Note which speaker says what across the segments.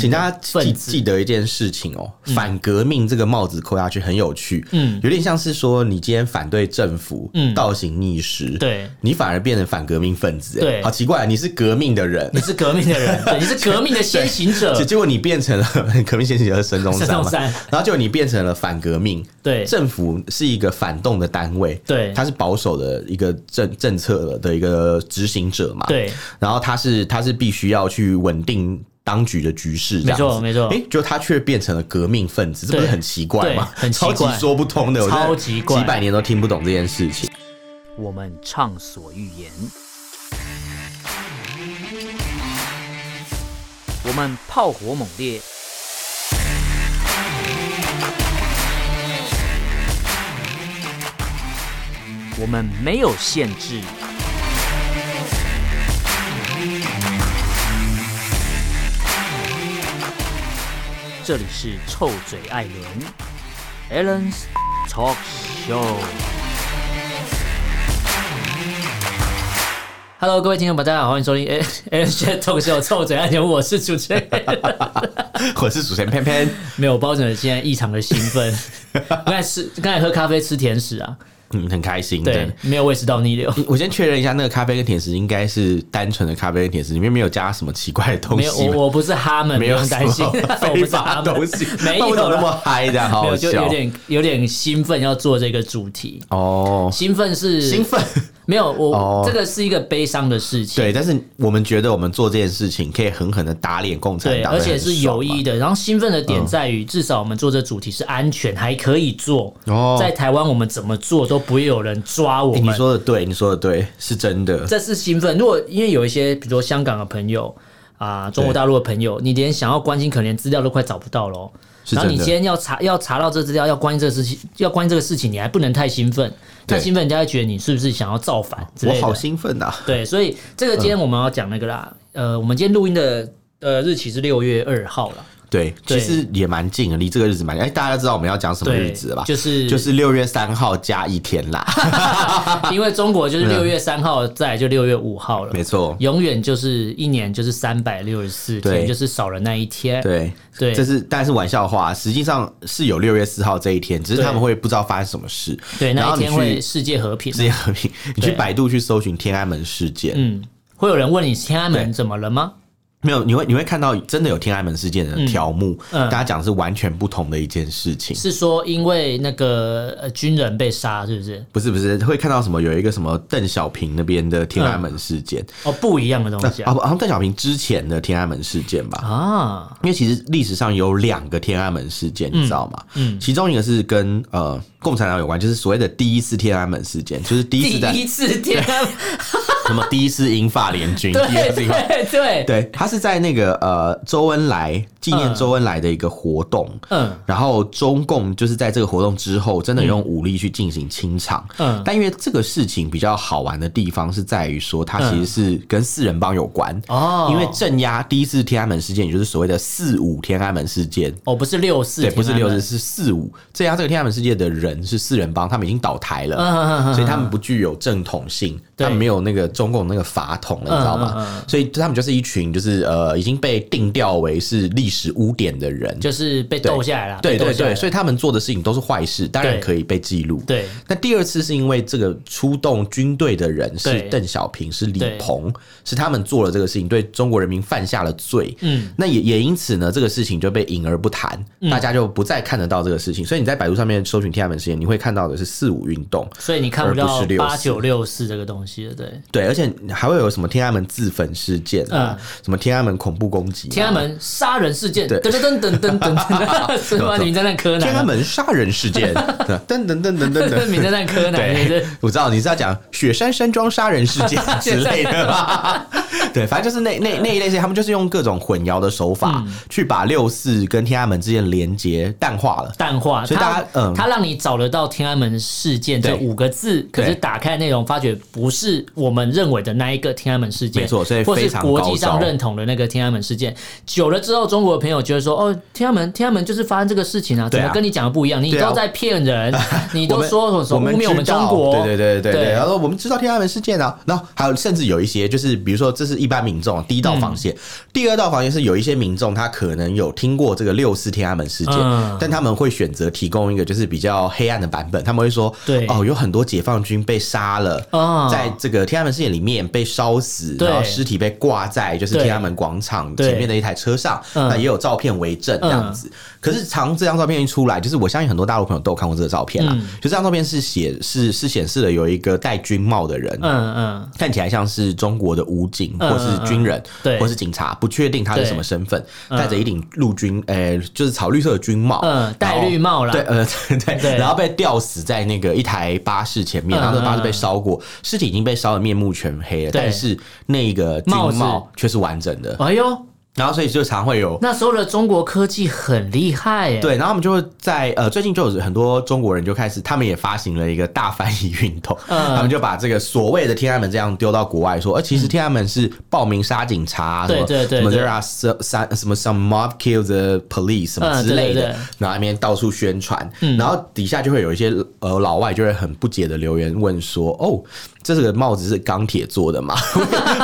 Speaker 1: 请大家记
Speaker 2: 分子
Speaker 1: 记得一件事情哦，反革命这个帽子扣下去很有趣，
Speaker 2: 嗯
Speaker 1: 有点像是说你今天反对政府，
Speaker 2: 嗯
Speaker 1: 倒行逆施，
Speaker 2: 对，
Speaker 1: 你反而变成反革命分子，哎
Speaker 2: 对
Speaker 1: 好奇怪，你是革命的人
Speaker 2: 你，是革命的人，对，你是革命的先行者
Speaker 1: 结，结果你变成了革命先行者的神中
Speaker 2: 沈
Speaker 1: 山
Speaker 2: 中
Speaker 1: 嘛，
Speaker 2: 山，
Speaker 1: 然后就你变成了反革命，
Speaker 2: 对
Speaker 1: 政府是一个反动的单位，
Speaker 2: 对
Speaker 1: 它是保守的一个政政策的一个执行者嘛，，
Speaker 2: 对，
Speaker 1: 然后他是他是必须要去稳定当局的局势这样子，
Speaker 2: 没错没错
Speaker 1: 诶，就他却变成了革命分子，这不是
Speaker 2: 对
Speaker 1: 很奇怪吗？
Speaker 2: 对很奇
Speaker 1: 超
Speaker 2: 怪
Speaker 1: 级说不通的，我真的
Speaker 2: 超级怪
Speaker 1: 几百年都听不懂这件事情。
Speaker 2: 我们畅所欲言，
Speaker 3: 我们炮火猛烈，我们没有限制，这里是臭嘴艾伦 a l l e n s Talk Show。
Speaker 2: Hello，各位听众朋友，大家好，欢迎收听 A A N J Talk Show 臭嘴爱情，我是主持 人。
Speaker 1: 我是主持人偏偏，
Speaker 2: 没有，我包拯现在异常的兴奋， 刚才吃，刚才喝咖啡吃甜食啊，
Speaker 1: 嗯，很开心。
Speaker 2: 对，没有胃食道逆流，
Speaker 1: 真的，我先确认一下，那个咖啡跟甜食应该是单纯的咖啡跟甜食，里面没有加什么奇怪的东
Speaker 2: 没有，
Speaker 1: 西吗。
Speaker 2: 我我不是哈们，
Speaker 1: 没
Speaker 2: 不
Speaker 1: 有
Speaker 2: 用
Speaker 1: 什
Speaker 2: 担心，
Speaker 1: 么
Speaker 2: 我
Speaker 1: 非
Speaker 2: 不是
Speaker 1: 法
Speaker 2: 哈
Speaker 1: 东
Speaker 2: 们
Speaker 1: 西，，那
Speaker 2: 没有
Speaker 1: 为什么那么
Speaker 2: 啦，
Speaker 1: 嗨的，好
Speaker 2: 没
Speaker 1: 好
Speaker 2: 有，就有
Speaker 1: 笑
Speaker 2: 点有点兴奋，要做这个主题，
Speaker 1: 哦，
Speaker 2: 兴奋是
Speaker 1: 兴奋。
Speaker 2: 没有，我、
Speaker 1: 哦
Speaker 2: 这个是一个悲伤的事情。
Speaker 1: 对，但是我们觉得我们做这件事情可以狠狠的打脸共产
Speaker 2: 对
Speaker 1: 党，
Speaker 2: 而且是有意
Speaker 1: 义
Speaker 2: 义的。然后兴奋的
Speaker 1: 嗯
Speaker 2: 点在于，至少我们做这主题是安全，还可以做。
Speaker 1: 哦
Speaker 2: 在台湾，我们怎么做都不会有人抓我
Speaker 1: 欸
Speaker 2: 们。
Speaker 1: 你说的对，你说的对，是真的。
Speaker 2: 这是兴奋。如果因为有一些，比如说香港的朋友啊、中国大陆的朋友，你连想要关心，可能连资料都快找不到喽。
Speaker 1: 是
Speaker 2: 然后你
Speaker 1: 真的
Speaker 2: 今天要查要查到这资料，要关心这个事情，要关心这个事情，你还不能太兴奋。太
Speaker 1: 对
Speaker 2: 兴奋，人家会觉得你是不是想要造反之类
Speaker 1: 我
Speaker 2: 的。
Speaker 1: 好兴奋啊呐！
Speaker 2: 对，所以这个今天我们要讲那个啦，呃，我们今天录音的呃日期是六月二号了，
Speaker 1: 对，其
Speaker 2: 对
Speaker 1: 实也蛮近的，离这个日子蛮近。哎，大家知道我们要讲什么
Speaker 2: 对，
Speaker 1: 日子了吧？
Speaker 2: 就是
Speaker 1: 就是啊六月三号加一天啦，
Speaker 2: 因为中国就是六月三号，再来就六月五号了
Speaker 1: 没。错。
Speaker 2: 永远就是一年就是三百六十四
Speaker 1: 对
Speaker 2: 天，就是少了那一天。
Speaker 1: 对，
Speaker 2: 对
Speaker 1: 这是但是玩笑话，实际上是有六月四号这一天，只是
Speaker 2: 对
Speaker 1: 他们会不知道发生什么事。
Speaker 2: 对，
Speaker 1: 然
Speaker 2: 那
Speaker 1: 后
Speaker 2: 一
Speaker 1: 你
Speaker 2: 天会
Speaker 1: 去
Speaker 2: 世界和平
Speaker 1: 世。界和平，你去
Speaker 2: 对
Speaker 1: 百度去搜寻天安门事件，
Speaker 2: 嗯，会有人问你天安
Speaker 1: 对
Speaker 2: 门怎么了吗？
Speaker 1: 没有，你会你会看到真的有天安门事件的条目，
Speaker 2: 嗯
Speaker 1: 大家讲是完全不同的一件事情。
Speaker 2: 是说因为那个呃军人被杀，是不是？
Speaker 1: 不是不是，会看到什么有一个什么邓小平那边的天安门事件，
Speaker 2: 哦，不一样的东西
Speaker 1: 啊
Speaker 2: 啊。
Speaker 1: 不，好像邓小平之前的天安门事件吧。
Speaker 2: 啊，
Speaker 1: 因为其实历史上有两个天安门事件，你知道吗？
Speaker 2: 嗯
Speaker 1: 其中一个是跟呃共产党有关，就是所谓的第一次天安门事件，就是第一次
Speaker 2: 第
Speaker 1: 在
Speaker 2: 一次啊天安门，
Speaker 1: 什么第一次英法联军， 第二
Speaker 2: 对
Speaker 1: 次英法
Speaker 2: 对对，
Speaker 1: 对，他是在那个呃周恩来纪念
Speaker 2: 嗯
Speaker 1: 周恩来的一个活动，
Speaker 2: 嗯
Speaker 1: 然后中共就是在这个活动之后，真的用武力去进行清场。
Speaker 2: 嗯
Speaker 1: 但因为这个事情比较好玩的地方是在于说，它其实是跟四人帮有关。
Speaker 2: 哦，
Speaker 1: 因为镇压第一次天安门事件，也就是所谓的“四五”天安门事件，
Speaker 2: 哦，不是六四，
Speaker 1: 对，不是六十，，是四五。镇压这个天安门事件的人是四人帮，他们已经倒台了，
Speaker 2: 嗯嗯嗯
Speaker 1: 所以他们不具有正统性，
Speaker 2: 对
Speaker 1: 他们没有那个中共那个法统了，你知道吗？
Speaker 2: 嗯嗯
Speaker 1: 所以他们就是一群就是呃已经被定调为是历史污点的人，
Speaker 2: 就是被
Speaker 1: 对
Speaker 2: 斗下来了，
Speaker 1: 对
Speaker 2: 被
Speaker 1: 对
Speaker 2: 斗下
Speaker 1: 对，
Speaker 2: 来了
Speaker 1: 所以他们做的事情都是坏事，当然
Speaker 2: 对
Speaker 1: 可以被记录。
Speaker 2: 对
Speaker 1: 那第二次是因为这个出动军队的人是
Speaker 2: 对
Speaker 1: 邓小平，是李
Speaker 2: 对
Speaker 1: 鹏，是他们做了这个事情，对中国人民犯下了罪。
Speaker 2: 嗯，
Speaker 1: 那也也因此呢，这个事情就被隐而不谈，大家就不再看得到这个事情。所以你在百度上面搜寻天安门事件，你会看到的是四五运动，
Speaker 2: 所以你看不
Speaker 1: 而
Speaker 2: 到
Speaker 1: 不是
Speaker 2: 八
Speaker 1: 64
Speaker 2: 九六四这个东西了，对。
Speaker 1: 对，而且还会有什么天安门自焚事件啊，什么天安门恐怖攻击啊、
Speaker 2: 嗯天安门杀人事件，
Speaker 1: 对
Speaker 2: 噔噔噔噔噔 噔，什么名侦探柯南？
Speaker 1: 天安，门杀人事 件，对噔噔噔噔噔噔，
Speaker 2: 名侦探柯南，对
Speaker 1: 对
Speaker 2: 对，
Speaker 1: 我知道你是要讲雪山山庄杀人事 件之类的吧？对，反正就是那那那一类事情，他们就是用各种混淆的手法、
Speaker 2: 嗯
Speaker 1: 去把六四跟天安门之间的连接淡化了。
Speaker 2: 淡化。
Speaker 1: 所以大家
Speaker 2: 它
Speaker 1: 嗯
Speaker 2: 它让你找得到天安门事件这
Speaker 1: 对
Speaker 2: 五个字，可是
Speaker 1: 对
Speaker 2: 打开内容发觉不是我们认为的那一个天安门事件，
Speaker 1: 没错所以
Speaker 2: 或是
Speaker 1: 非常
Speaker 2: 国
Speaker 1: 高
Speaker 2: 际上
Speaker 1: 招
Speaker 2: 认同的那个天安门事件。久了之后，中国的朋友就会说：“哦，天安门，天安门就是发生这个事情啊，怎
Speaker 1: 对啊
Speaker 2: 么跟你讲的不一样？你
Speaker 1: 对啊
Speaker 2: 都在骗 人，你
Speaker 1: 我
Speaker 2: 都
Speaker 1: 们
Speaker 2: 说什
Speaker 1: 我
Speaker 2: 么
Speaker 1: 们
Speaker 2: 污蔑我们
Speaker 1: 知
Speaker 2: 中
Speaker 1: 道
Speaker 2: 国？
Speaker 1: 对对对对
Speaker 2: 对
Speaker 1: 对。然后我们知道天安门事件啊，然后还有甚至有一些就是，比如说这是一般民众第一道防
Speaker 2: 嗯
Speaker 1: 线，第二道防线是有一些民众他可能有听过这个六四天安门事件，
Speaker 2: 嗯
Speaker 1: 但他们会选择提供一个就是比较黑暗的版本，他们会说，
Speaker 2: 对
Speaker 1: 哦，有很多解放军被杀了。
Speaker 2: 啊，
Speaker 1: 在这个天安门事件里面被烧死，
Speaker 2: 对
Speaker 1: 然后尸体被挂在就是
Speaker 2: 对
Speaker 1: 天安门广场
Speaker 2: 对
Speaker 1: 前面的一台车上，
Speaker 2: 嗯
Speaker 1: 那也有照片为证这样子。可是常这张照片一出来，就是我相信很多大陆朋友都有看过这个照片啦。
Speaker 2: 嗯
Speaker 1: 就这张照片是显是是显示了有一个戴军帽的人。
Speaker 2: 嗯嗯，
Speaker 1: 看起来像是中国的武警，
Speaker 2: 嗯
Speaker 1: 或是军人，
Speaker 2: 对
Speaker 1: 或是警察，不确定他是什么身份，
Speaker 2: 嗯
Speaker 1: 戴着一顶陆军，呃，就是草绿色的军帽，
Speaker 2: 嗯戴绿帽啦
Speaker 1: 对，呃， 对，
Speaker 2: 对
Speaker 1: 然后被吊死在那个一台巴士前面，
Speaker 2: 嗯
Speaker 1: 然后那巴士
Speaker 2: 嗯
Speaker 1: 被烧过，尸体已经被烧得面目全黑了，
Speaker 2: 对
Speaker 1: 但是那个军
Speaker 2: 帽子
Speaker 1: 帽却是完整的，
Speaker 2: 哎呦，
Speaker 1: 然后所以就常会有
Speaker 2: 那时候的中国科技很厉害耶，
Speaker 1: 对，然后我们就会在呃，最近就有很多中国人就开始，他们也发行了一个大翻译运动，
Speaker 2: 嗯
Speaker 1: 他们就把这个所谓的天安门这样丢到国外说，呃，其实天安门是暴民杀警察啊，
Speaker 2: 对对对
Speaker 1: 什么
Speaker 2: 对
Speaker 1: there are some some- 什么 some mob kill the police 什么
Speaker 2: 嗯
Speaker 1: 之类的，
Speaker 2: 对对对嗯
Speaker 1: 然后那边到处宣传，然后底下就会有一些呃老外就会很不解的留言问说，哦，这个帽子是钢铁做的吗？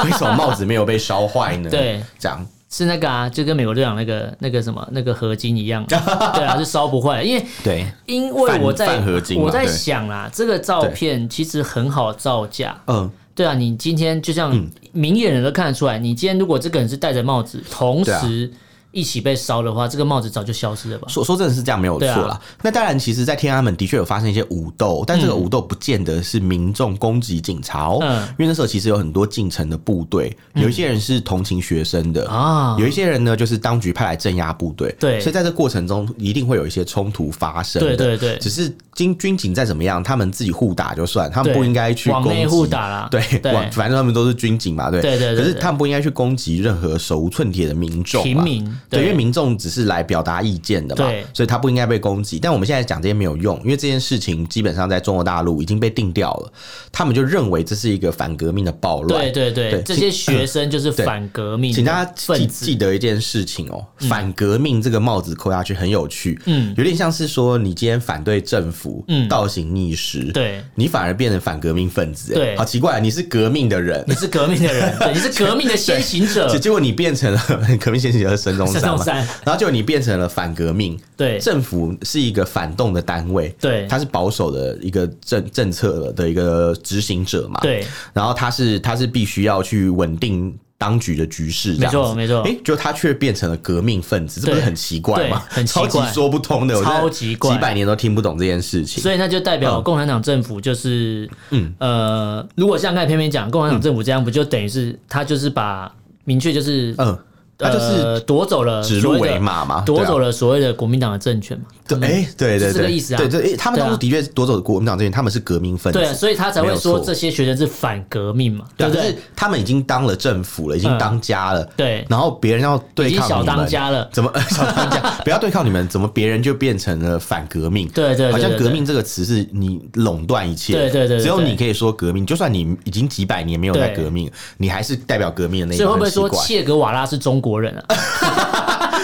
Speaker 1: 为什么帽子没有被烧坏呢？
Speaker 2: 对，
Speaker 1: 这样。
Speaker 2: 是那个啊，就跟美国队长那个那个什么那个合金一 样，对啊，就烧不坏，因为。
Speaker 1: 对，
Speaker 2: 因为
Speaker 1: 泛
Speaker 2: 我在
Speaker 1: 泛合金嘛
Speaker 2: 我在
Speaker 1: 对
Speaker 2: 想啦，这个照片其实很好造假。
Speaker 1: 嗯，
Speaker 2: 对啊，你今天就像明眼人都看得出来，你今天如果这个人是戴着帽子，同
Speaker 1: 对啊
Speaker 2: 时一起被烧的话，这个帽子早就消失了吧？
Speaker 1: 说说真的是这样没有错
Speaker 2: 对
Speaker 1: 啦。
Speaker 2: 啊
Speaker 1: 那当然，其实，在天安门的确有发生一些武斗，但这个武斗不见得是民众攻击警察哦，
Speaker 2: 嗯
Speaker 1: 因为那时候其实有很多进城的部队，有一些人是同情学生的
Speaker 2: 啊
Speaker 1: 有一些人呢就是当局派来镇压部队，
Speaker 2: 对
Speaker 1: 所以在这过程中一定会有一些冲突发生的，
Speaker 2: 对对对
Speaker 1: 只是军军警再怎么样，他们自己互打就算，他们
Speaker 2: 对
Speaker 1: 不应该去
Speaker 2: 往
Speaker 1: 攻
Speaker 2: 内
Speaker 1: 击
Speaker 2: 互打啦
Speaker 1: 对，
Speaker 2: 对
Speaker 1: 往反正他们都是军警嘛，对
Speaker 2: 对对对
Speaker 1: 可是
Speaker 2: 对
Speaker 1: 他们不应该去攻击任何手无寸铁的民众嘛，
Speaker 2: 平民
Speaker 1: 啊对，因
Speaker 2: 对
Speaker 1: 为民众只是来表达意见的嘛
Speaker 2: 对，
Speaker 1: 所以他不应该被攻击。但我们现在讲这些没有用，因为这件事情基本上在中国大陆已经被定掉了，他们就认为这是一个反革命的暴乱。
Speaker 2: 对对对，
Speaker 1: 对
Speaker 2: 这些学生就是
Speaker 1: 对
Speaker 2: 反革命的
Speaker 1: 请大家记
Speaker 2: 分子
Speaker 1: 记得一件事情哦，反革命这个帽子扣下去很有趣，
Speaker 2: 嗯
Speaker 1: 有点像是说你今天反对政府，
Speaker 2: 嗯
Speaker 1: 倒行逆施，
Speaker 2: 对
Speaker 1: 你反而变成反革命分子，哎
Speaker 2: 对嗯
Speaker 1: 好奇怪，你是革命的 人
Speaker 2: 你，是革命的人，对，你是革命的先行者
Speaker 1: 结，结果你变成了 革命先行者的孙中
Speaker 2: 孙
Speaker 1: 山
Speaker 2: 中
Speaker 1: 嘛，
Speaker 2: 山，
Speaker 1: 然后结果你变成了反革命，
Speaker 2: 对
Speaker 1: 政府是一个反动的单位，
Speaker 2: 对
Speaker 1: 它是保守的一个政政策的一个执行者嘛，，
Speaker 2: 对，
Speaker 1: 然后他是他是必须要去稳定当局的局势，这样子
Speaker 2: 没错没错
Speaker 1: 诶，就他却变成了革命分子，这不是
Speaker 2: 对
Speaker 1: 很奇怪吗？
Speaker 2: 对很奇
Speaker 1: 超
Speaker 2: 怪
Speaker 1: 级说不通的，我真的
Speaker 2: 超级怪
Speaker 1: 几百年都听不懂这件事情。
Speaker 2: 所以那就代表
Speaker 1: 嗯
Speaker 2: 共产党政府就是，
Speaker 1: 嗯
Speaker 2: 呃，如果像刚才偏偏讲，共产党政府这样不就等于是他就是把明确就是，
Speaker 1: 嗯，他就是
Speaker 2: 呃夺走了
Speaker 1: 指
Speaker 2: 所
Speaker 1: 鹿
Speaker 2: 谓的
Speaker 1: 为马嘛，
Speaker 2: 夺走
Speaker 1: 了。
Speaker 2: 了所谓的国民党的政权嘛，
Speaker 1: 对，哎，对对
Speaker 2: 是这
Speaker 1: 对，
Speaker 2: 个意思啊
Speaker 1: 对对，诶他们当初的确夺走国民党这边，他们是革命分子，
Speaker 2: 对啊，所以他才
Speaker 1: 没
Speaker 2: 会
Speaker 1: 有
Speaker 2: 说
Speaker 1: 错
Speaker 2: 这些学生是反革命嘛，
Speaker 1: 对
Speaker 2: 对
Speaker 1: 啊，
Speaker 2: 不
Speaker 1: 可
Speaker 2: 对
Speaker 1: 是？他们已经当了政府了，已经
Speaker 2: 嗯
Speaker 1: 当家了，
Speaker 2: 对，
Speaker 1: 然后别人要对
Speaker 2: 已经
Speaker 1: 抗
Speaker 2: 小
Speaker 1: 你们
Speaker 2: 当家了，
Speaker 1: 怎么 小当家？ 不要对抗你们，怎么别人就变成了反革命？
Speaker 2: 对对对
Speaker 1: 好像
Speaker 2: 对对
Speaker 1: 革命这个词是你垄断一切，
Speaker 2: 对对对对对
Speaker 1: 只有你可以说革命，就算你已经几百年没有在
Speaker 2: 对
Speaker 1: 革命，你还是代表革命的那一
Speaker 2: 所以
Speaker 1: 部
Speaker 2: 会
Speaker 1: 分。
Speaker 2: 不会
Speaker 1: 习
Speaker 2: 说
Speaker 1: 惯，
Speaker 2: 切格瓦拉是中国人啊？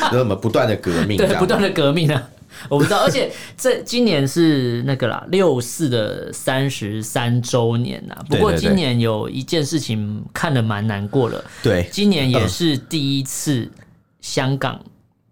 Speaker 1: 然后我们不断的革命，
Speaker 2: 对
Speaker 1: 这，样
Speaker 2: 不断的革命啊， 我不知道。而且这今年是那个啦，六四的三十三周年呐。不
Speaker 1: 对
Speaker 2: 过
Speaker 1: 对对
Speaker 2: 今年有一件事情看得蛮难过的，
Speaker 1: 对
Speaker 2: 今年也是第一次香港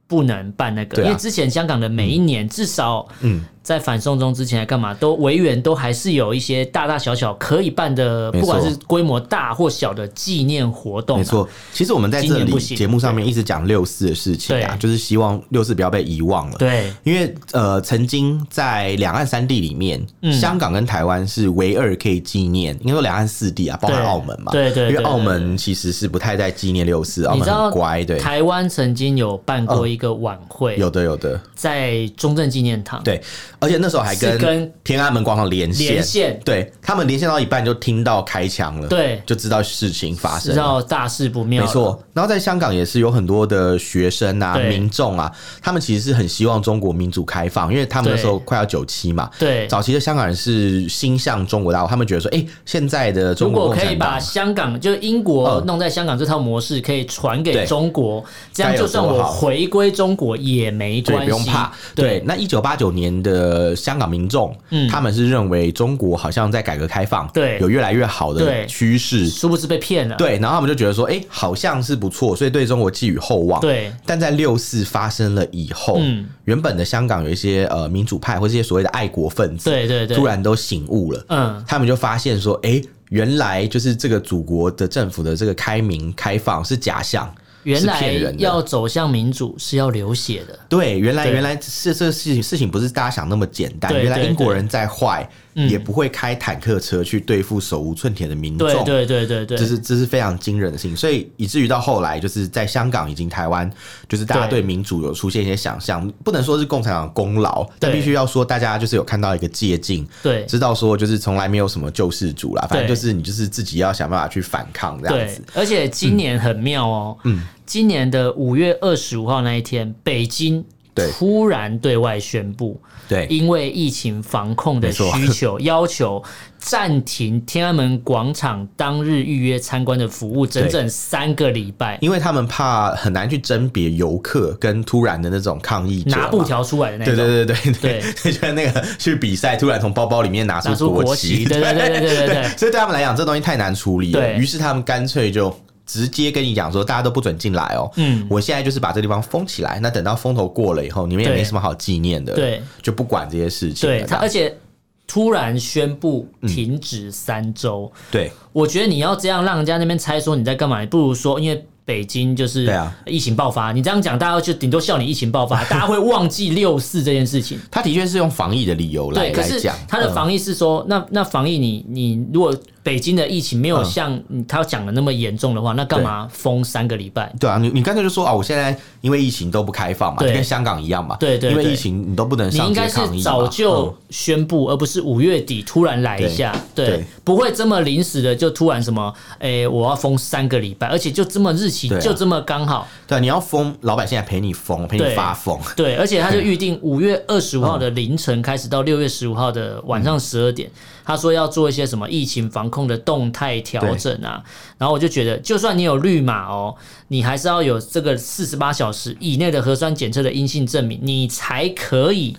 Speaker 2: 不能办那个，
Speaker 1: 对啊
Speaker 2: 因为之前香港的每一年至少
Speaker 1: 嗯
Speaker 2: 在反送中之前还干嘛，都维园都还是有一些大大小小可以办的，
Speaker 1: 没
Speaker 2: 不
Speaker 1: 错
Speaker 2: 管是规模大或小的纪念活动、啊，
Speaker 1: 没错，其实我们在
Speaker 2: 今
Speaker 1: 这
Speaker 2: 年
Speaker 1: 里
Speaker 2: 不行
Speaker 1: 节目上面一直讲六四的事情啊，
Speaker 2: 对
Speaker 1: 就是希望六四不要被遗忘了。
Speaker 2: 对，
Speaker 1: 因为呃，曾经在两岸三地里面，
Speaker 2: 嗯
Speaker 1: 香港跟台湾是唯二可以纪念，应该说两岸四地啊，包含
Speaker 2: 对
Speaker 1: 澳门嘛。
Speaker 2: 对对对
Speaker 1: 因为澳
Speaker 2: 对对
Speaker 1: 门其实是不太在纪念六四，澳
Speaker 2: 你
Speaker 1: 门
Speaker 2: 知道
Speaker 1: 很乖，对，哦
Speaker 2: 台湾曾经有办过一个晚会，
Speaker 1: 有的有的，
Speaker 2: 在中正纪念堂。
Speaker 1: 对，而且那时候还跟
Speaker 2: 是跟
Speaker 1: 天安门广场连线，
Speaker 2: 连线
Speaker 1: 对他们连线到一半就听到开枪了，
Speaker 2: 对
Speaker 1: 就知道事情呃发生了。
Speaker 2: 知道大事不妙，
Speaker 1: 没错，，然后在香港也是有很多的学生啊、
Speaker 2: 对
Speaker 1: 民众啊，他们其实是很希望中国民主开放，因为他们那时候
Speaker 2: 对
Speaker 1: 快要九七嘛。
Speaker 2: 对。
Speaker 1: 早期的香港人是心向中国大陆，他们觉得说，哎、现在的
Speaker 2: 如
Speaker 1: 中国
Speaker 2: 果
Speaker 1: 共
Speaker 2: 可以
Speaker 1: 产
Speaker 2: 把
Speaker 1: 党
Speaker 2: 香港，就是英国
Speaker 1: 嗯
Speaker 2: 弄在香港这套模式，可以传给
Speaker 1: 对
Speaker 2: 中国，这样
Speaker 1: 该有
Speaker 2: 就算
Speaker 1: 多
Speaker 2: 我
Speaker 1: 好
Speaker 2: 回归中国也没
Speaker 1: 对，
Speaker 2: 关系，
Speaker 1: 不用怕。对，
Speaker 2: 对
Speaker 1: 那一九八九年的香港民众，
Speaker 2: 嗯
Speaker 1: 他们是认为中国好像在改革开放，
Speaker 2: 对
Speaker 1: 有越来越好的
Speaker 2: 对
Speaker 1: 趋势，
Speaker 2: 殊不知被骗了。
Speaker 1: 对，然后他们就觉得说，哎、好像是不错，所以对中国寄予厚望。。
Speaker 2: 对
Speaker 1: 但在六四发生了以后，
Speaker 2: 嗯
Speaker 1: 原本的香港有一些呃民主派或这些所谓的爱国分子，
Speaker 2: 对对对，
Speaker 1: 突然都醒悟了，
Speaker 2: 嗯，
Speaker 1: 他们就发现说，哎、原来就是这个祖国的政府的这个开明开放是假象，
Speaker 2: 原
Speaker 1: 是
Speaker 2: 来
Speaker 1: 骗人的。
Speaker 2: 要走向民主是要流血的，
Speaker 1: 对，原来
Speaker 2: 对
Speaker 1: 原来是这个事情事情不是大家想那么简单。
Speaker 2: 对
Speaker 1: 原来
Speaker 2: 对
Speaker 1: 英国
Speaker 2: 对嗯
Speaker 1: 人再坏，也不会开坦克车去对付手无寸铁的民众。
Speaker 2: 对对对对对，
Speaker 1: 这是这是非常惊人的事情，所以以至于到后来，就是在香港以及台湾，就是大家
Speaker 2: 对
Speaker 1: 对民主有出现一些想象，不能说是共产党的功劳，但
Speaker 2: 对
Speaker 1: 必须要说大家就是有看到一个借鉴，
Speaker 2: 对
Speaker 1: 知道说就是从来没有什么救世主啦，反正
Speaker 2: 对
Speaker 1: 就是你就是自己要想办法去反抗这样
Speaker 2: 对
Speaker 1: 子。，
Speaker 2: 而且今年很妙哦，嗯，今年的五月二十五号那一天，北京
Speaker 1: 对
Speaker 2: 突然对外宣布，
Speaker 1: 对
Speaker 2: 因为疫情防控的
Speaker 1: 没错
Speaker 2: 需求， 要求暂停天安门广场当日预约参观的服务，整整三个礼拜，
Speaker 1: 因为他们怕很难去甄别游客跟突然的那种抗议者嘛，
Speaker 2: 拿布条出来的那
Speaker 1: 啊对
Speaker 2: 种。
Speaker 1: 对对对
Speaker 2: 对
Speaker 1: 对， 就像那个去比赛，突然从包包里面拿
Speaker 2: 拿出
Speaker 1: 国
Speaker 2: 国旗 对对对对对对对
Speaker 1: 所以对他们来讲，这东西太难处理了，
Speaker 2: 对
Speaker 1: 于是他们干脆就。直接跟你讲说，大家都不准进来哦。
Speaker 2: 嗯
Speaker 1: 我现在就是把这地方封起来。那等到风头过了以后，你们也
Speaker 2: 对
Speaker 1: 没什么好纪念的，
Speaker 2: 对，
Speaker 1: 就不管这些事情了。
Speaker 2: 对他，而且突然宣布
Speaker 1: 嗯
Speaker 2: 停止三周，
Speaker 1: 对
Speaker 2: 我觉得你要这样让人家那边猜说你在干嘛，你不如说因为。北京就是
Speaker 1: 对啊
Speaker 2: 疫情爆发，你这样讲，大家就顶多笑你疫情爆发，大家会忘记六四这件 事情。
Speaker 1: 他的确是用防疫的理由来
Speaker 2: 对，可
Speaker 1: 来
Speaker 2: 是
Speaker 1: 讲，
Speaker 2: 他的
Speaker 1: 嗯
Speaker 2: 防疫是说，那那防疫你你如果北京的疫情没有
Speaker 1: 嗯
Speaker 2: 像你他讲的那么严重的话，那干嘛封三个礼拜？
Speaker 1: 对啊，你你干脆就说啊，我现在因为疫情都不开放嘛，
Speaker 2: 对
Speaker 1: 就跟香港一样嘛，
Speaker 2: 对对
Speaker 1: 因为
Speaker 2: 对
Speaker 1: 疫情你都不能
Speaker 2: 你
Speaker 1: 上
Speaker 2: 应该
Speaker 1: 街
Speaker 2: 是
Speaker 1: 抗议嘛
Speaker 2: 早
Speaker 1: 嗯
Speaker 2: 就宣布，而不是五月底突然来一下，
Speaker 1: 对
Speaker 2: 对，
Speaker 1: 对
Speaker 2: 不会这么临时的就突然什么，诶，我要封三个礼拜，而且就这么日期
Speaker 1: 对啊
Speaker 2: 就这么刚好，
Speaker 1: 对啊，你要封，老百姓来陪你封，陪你
Speaker 2: 对
Speaker 1: 发疯，
Speaker 2: 对，而且他就预定五月二十五号的凌晨开始到六月十五号的晚上十二点，他说要做一些什么疫情防控的动态调整啊。然后我就觉得，就算你有绿码哦，你还是要有这个四十八小时以内的核酸检测的阴性证明，你才可以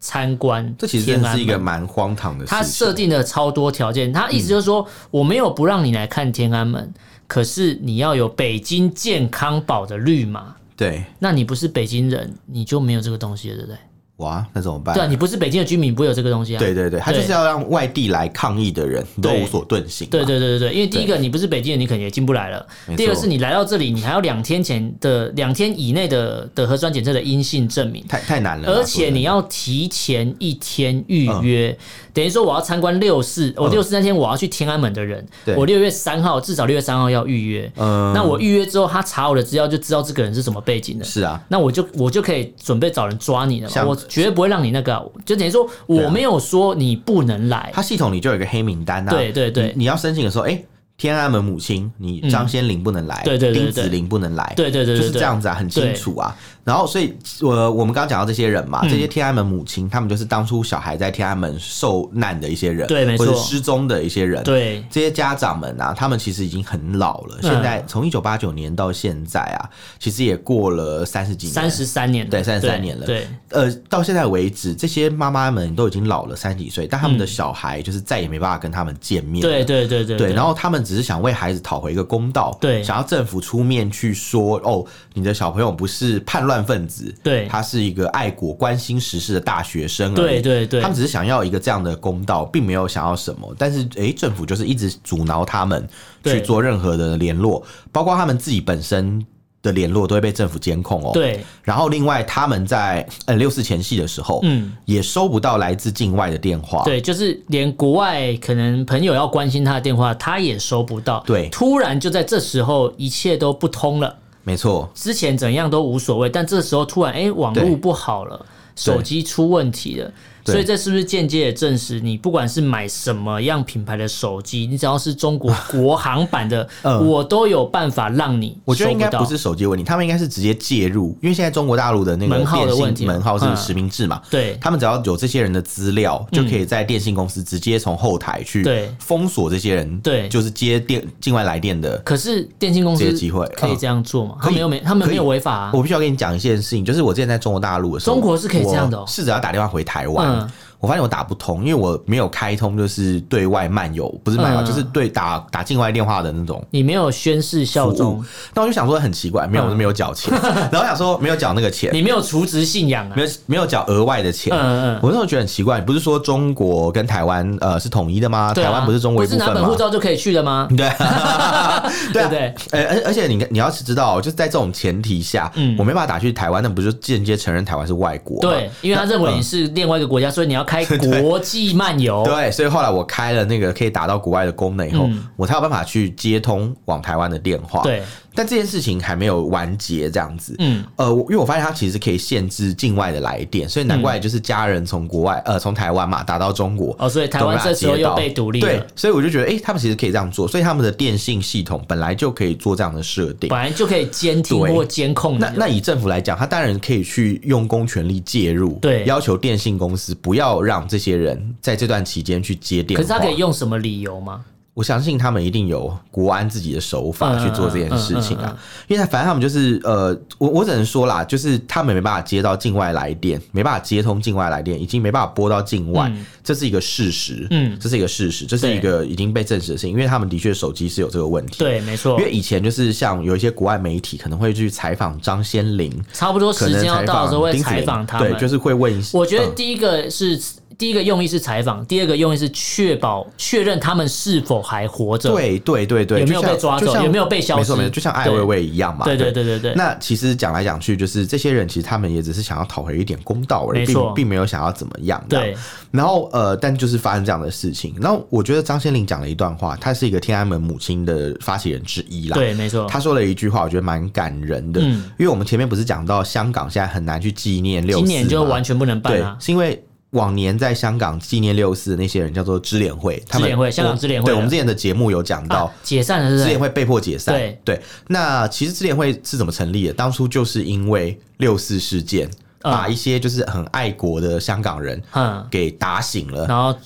Speaker 2: 参观。
Speaker 1: 这其实真的是一个
Speaker 2: 天安门。
Speaker 1: 蛮荒唐的事情。
Speaker 2: 他设定了超多条件，他意思就是说，我没有不让你来看天安门，可是你要有北京健康宝的绿码，
Speaker 1: 对，
Speaker 2: 那你不是北京人，你就没有这个东西了，对不对？
Speaker 1: 哇，那怎么办？
Speaker 2: 对啊，你不是北京的居民，不会有这个东西啊。
Speaker 1: 对对对他就是要让外地来抗议的人都
Speaker 2: 对
Speaker 1: 无所遁形嘛。
Speaker 2: 对对对对对，因为第一个你不是北京人，你可能也进不来了
Speaker 1: 没；错
Speaker 2: 第二个是你来到这里，你还要两天前的两天以内的的核酸检测的阴性证明。
Speaker 1: 太太难了啦。
Speaker 2: 而且你
Speaker 1: 要
Speaker 2: 要提前一天预约，等于说我要参观六四，
Speaker 1: 嗯
Speaker 2: 我六四那天我要去天安门的人，
Speaker 1: 对
Speaker 2: 我六月三号至少六月三号要预约。
Speaker 1: 嗯
Speaker 2: 那我预约之后，他查我的资料就知道这个人是什么背景的，
Speaker 1: 是啊，
Speaker 2: 那我就我就可以准备找人抓你了嘛，
Speaker 1: 像
Speaker 2: 我绝对不会让你那个啊，就等于说
Speaker 1: 对
Speaker 2: 我
Speaker 1: 啊
Speaker 2: 没有说你不能来，
Speaker 1: 他系统里就有一个黑名单啊。
Speaker 2: 对对对
Speaker 1: 你你要申请的时候，哎，天安门母亲，你张先林不能来，
Speaker 2: 对对对
Speaker 1: 丁
Speaker 2: 对
Speaker 1: 子霖不能来，
Speaker 2: 对对对对
Speaker 1: 就是这
Speaker 2: 对
Speaker 1: 样子啊，很清
Speaker 2: 对嗯
Speaker 1: 楚啊。然后，所以呃，我们刚刚讲到这些人嘛，这些天安门母亲，他们就是当初小孩在天安门受难的一些人，
Speaker 2: 对没
Speaker 1: 或者
Speaker 2: 错
Speaker 1: 失踪的一些人，
Speaker 2: 对，
Speaker 1: 这些家长们啊，他们其实已经很老了。
Speaker 2: 嗯
Speaker 1: 现在从一九八九年到现在啊，其实也过了三十几年，
Speaker 2: 三十三年了，
Speaker 1: 对33年了
Speaker 2: 对，
Speaker 1: 呃，到现在为止，这些妈妈们都已经老了三十几岁，但他们的小孩就是再也没办法跟他们见面了。
Speaker 2: 嗯对对对对
Speaker 1: 对，然后他们只是想为孩子讨回一个公道，
Speaker 2: 对
Speaker 1: 想要政府出面去说，哦，你的小朋友不是叛乱分子，
Speaker 2: 对
Speaker 1: 他是一个爱国、关心时事的大学生而已，
Speaker 2: 对对对
Speaker 1: 他们只是想要一个这样的公道，并没有想要什么，但是诶，政府就是一直阻挠他们
Speaker 2: 对
Speaker 1: 去做任何的联络，包括他们自己本身。的联络都会被政府监控哦。
Speaker 2: 对，
Speaker 1: 然后另外他们在呃六四前夕的时候，
Speaker 2: 嗯，
Speaker 1: 也收不到来自境外的电话。
Speaker 2: 对，就是连国外可能朋友要关心他的电话，他也收不到，
Speaker 1: 对
Speaker 2: 突然就在这时候一切都不通了，
Speaker 1: 没错，
Speaker 2: 之前怎样都无所谓，但这时候突然哎、网
Speaker 1: 对
Speaker 2: 络不好了，手机出问题了，
Speaker 1: 对
Speaker 2: 所以这是不是间接的证实，你不管是买什么样品牌的手机，你只要是中国国行版的，
Speaker 1: 嗯
Speaker 2: 我都有办法让你
Speaker 1: 我觉得
Speaker 2: 收
Speaker 1: 应
Speaker 2: 不
Speaker 1: 该
Speaker 2: 到
Speaker 1: 不是手机的问题，他们应该是直接介入，因为现在中国大陆的那个
Speaker 2: 门号的
Speaker 1: 电信
Speaker 2: 问题啊
Speaker 1: 门号是
Speaker 2: 嗯
Speaker 1: 实名制嘛，
Speaker 2: 对
Speaker 1: 他们只要有这些人的资料，就可以在电信公司直接从后台去
Speaker 2: 对
Speaker 1: 封锁这些人，
Speaker 2: 对
Speaker 1: 就是接电境外来电的。
Speaker 2: 可是电信公司
Speaker 1: 这些机会
Speaker 2: 可以这样做吗？他
Speaker 1: 以哦
Speaker 2: 们又没，他们没有
Speaker 1: 可以
Speaker 2: 违法啊。
Speaker 1: 我必须要跟你讲一件事情，就是我之前在中国大陆的时候，
Speaker 2: 中国是可以这样的哦
Speaker 1: 我试着要打电话回台湾，
Speaker 2: 嗯
Speaker 1: 我发现我打不通，因为我没有开通，就是对外漫游，不是漫游，
Speaker 2: 嗯
Speaker 1: 就是对打打境外电话的那种
Speaker 2: 你没有宣誓效
Speaker 1: 服务
Speaker 2: 忠，。
Speaker 1: 那我就想说很奇怪，没有，
Speaker 2: 嗯
Speaker 1: 我就没有缴 钱，然后我想说没有缴那个钱，
Speaker 2: 你没有除职信仰啊
Speaker 1: 没。有没有啊缴额外的钱。
Speaker 2: 嗯嗯
Speaker 1: 我那时候觉得很奇怪，不是说中国跟台湾呃是统一的吗？
Speaker 2: 对啊
Speaker 1: 台湾不是中国一
Speaker 2: 不
Speaker 1: 部
Speaker 2: 是
Speaker 1: 分
Speaker 2: 拿本
Speaker 1: 吗
Speaker 2: 护？照就可以去的吗？
Speaker 1: 对啊，对
Speaker 2: 对
Speaker 1: 啊
Speaker 2: 不对？
Speaker 1: 呃，而而且你你要是知道，就是在这种前提下，
Speaker 2: 嗯
Speaker 1: 我没办法打去台湾，那不就间接承认台湾是外国？
Speaker 2: 对，，因为他认为你是另外一个国家，所以你要开国际漫游。
Speaker 1: 对，所以后来我开了那个可以打到国外的功能以后，
Speaker 2: 嗯
Speaker 1: 我才有办法去接通往台湾的电话。，
Speaker 2: 对，
Speaker 1: 但这件事情还没有完结，这样子。
Speaker 2: 嗯，
Speaker 1: 呃，我因为我发现它其实可以限制境外的来电，所以难怪就是家人从国外，呃，从台湾嘛打到中国，
Speaker 2: 哦，所以台
Speaker 1: 都没
Speaker 2: 湾这
Speaker 1: 办法
Speaker 2: 时候
Speaker 1: 接到
Speaker 2: 又被独立
Speaker 1: 对
Speaker 2: 了，，
Speaker 1: 所以我就觉得，哎、他们其实可以这样做，所以他们的电信系统本来就可以做这样的设定
Speaker 2: 本。来就可以监听
Speaker 1: 对
Speaker 2: 或监控你
Speaker 1: 那
Speaker 2: 的。
Speaker 1: 那以政府来讲，他当然可以去用公权力介入，
Speaker 2: 对
Speaker 1: 要求电信公司不要让这些人在这段期间去接电
Speaker 2: 可
Speaker 1: 话。
Speaker 2: 是他可以用什么理由吗？
Speaker 1: 我相信他们一定有国安自己的手法去做这件事情
Speaker 2: 嗯嗯嗯嗯
Speaker 1: 啊，因为他反正他们就是呃，我我只能说啦，就是他们没办法接到境外来电，没办法接通境外来电，已经没办法拨到境外，
Speaker 2: 嗯
Speaker 1: 这是一个事实，
Speaker 2: 嗯
Speaker 1: 这是一个事实，这是一个已经被证实的事情，因为他们的确手机是有这个问题，，
Speaker 2: 对，没错
Speaker 1: 因，为以前就是像有一些国外媒体可能会去采访张先林，
Speaker 2: 差不多
Speaker 1: 可
Speaker 2: 时
Speaker 1: 能
Speaker 2: 间要
Speaker 1: 采
Speaker 2: 到的时
Speaker 1: 访
Speaker 2: 候会
Speaker 1: 丁子
Speaker 2: 采
Speaker 1: 霖
Speaker 2: 访他们。
Speaker 1: 对，就是会问一些，
Speaker 2: 我觉得
Speaker 1: 嗯
Speaker 2: 第一个是、第一个用意是采访，第二个用意是确保确认他们是否还活着。
Speaker 1: 对对对对，
Speaker 2: 有没有
Speaker 1: 就像
Speaker 2: 被抓走
Speaker 1: 就像
Speaker 2: 有没有被消失
Speaker 1: 没错没错，就像艾
Speaker 2: 对
Speaker 1: 薇薇一样嘛。
Speaker 2: 对对对对对
Speaker 1: 那其实讲来讲去，就是这些人其实他们也只是想要讨回一点公道而
Speaker 2: 没
Speaker 1: 已，
Speaker 2: 错
Speaker 1: 并并没有想要怎么样。
Speaker 2: 对。
Speaker 1: 然后呃，但就是发生这样的事情。然后我觉得张先林讲了一段话，他是一个天安门母亲的发起人之一啦。
Speaker 2: 对，没错。
Speaker 1: 他说了一句话，我觉得蛮感人的，
Speaker 2: 嗯
Speaker 1: 因为我们前面不是讲到香港现在很难去纪念六四
Speaker 2: 今
Speaker 1: 吗，
Speaker 2: 年就完全不能办
Speaker 1: 对
Speaker 2: 啊，。
Speaker 1: 是因为往年在香港纪念六四的那些人叫做支联会，他们
Speaker 2: 支联会香港
Speaker 1: 我
Speaker 2: 支联会
Speaker 1: 对
Speaker 2: 了
Speaker 1: 我们之前的节目有讲到。
Speaker 2: 啊，解散了是不
Speaker 1: 支
Speaker 2: 是
Speaker 1: 联？会被迫解散，
Speaker 2: 对
Speaker 1: 那其实支联会是怎么成立的？当初就是因为六四事件，
Speaker 2: 嗯
Speaker 1: 把一些就是很爱国的香港人
Speaker 2: 嗯，
Speaker 1: 给打醒了，
Speaker 2: 然后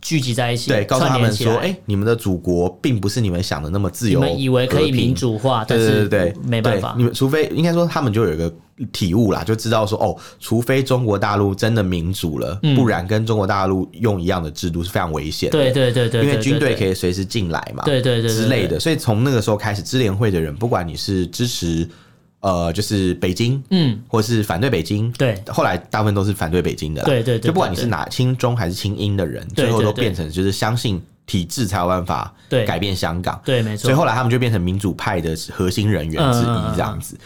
Speaker 2: 聚集在一起，
Speaker 1: 对，告诉
Speaker 2: 串
Speaker 1: 他
Speaker 2: 联
Speaker 1: 们
Speaker 2: 起
Speaker 1: 说，
Speaker 2: 来
Speaker 1: 哎、你们的祖国并不是你们想的那么自
Speaker 2: 你
Speaker 1: 由，
Speaker 2: 们以为可以
Speaker 1: 和平
Speaker 2: 民主化，但
Speaker 1: 对
Speaker 2: 是
Speaker 1: 对对对，
Speaker 2: 没办法
Speaker 1: 对你。们除非应该说他们就有一个体悟啦，就知道说哦，除非中国大陆真的民主了，
Speaker 2: 嗯
Speaker 1: 不然跟中国大陆用一样的制度是非常危险的。
Speaker 2: 对对对对，
Speaker 1: 因为军队可
Speaker 2: 以，
Speaker 1: 以随时进来嘛，
Speaker 2: 对对对对
Speaker 1: 之类的，所以从那个时候开始，支联会的人，不管你是支持呃，就是北京，
Speaker 2: 嗯，
Speaker 1: 或是反对北京，
Speaker 2: 对
Speaker 1: 后来大部分都是反对北京的啦，
Speaker 2: 对对对对
Speaker 1: 就不管你是哪亲中还是亲英的人，
Speaker 2: 对
Speaker 1: 最后
Speaker 2: 对
Speaker 1: 都
Speaker 2: 对
Speaker 1: 变成就是相信体制才有办法
Speaker 2: 对
Speaker 1: 改变香港，
Speaker 2: 对，没
Speaker 1: 所以
Speaker 2: 错。
Speaker 1: 后来他们就变成民主派的核心人员之
Speaker 2: 嗯嗯嗯
Speaker 1: 一，这样子。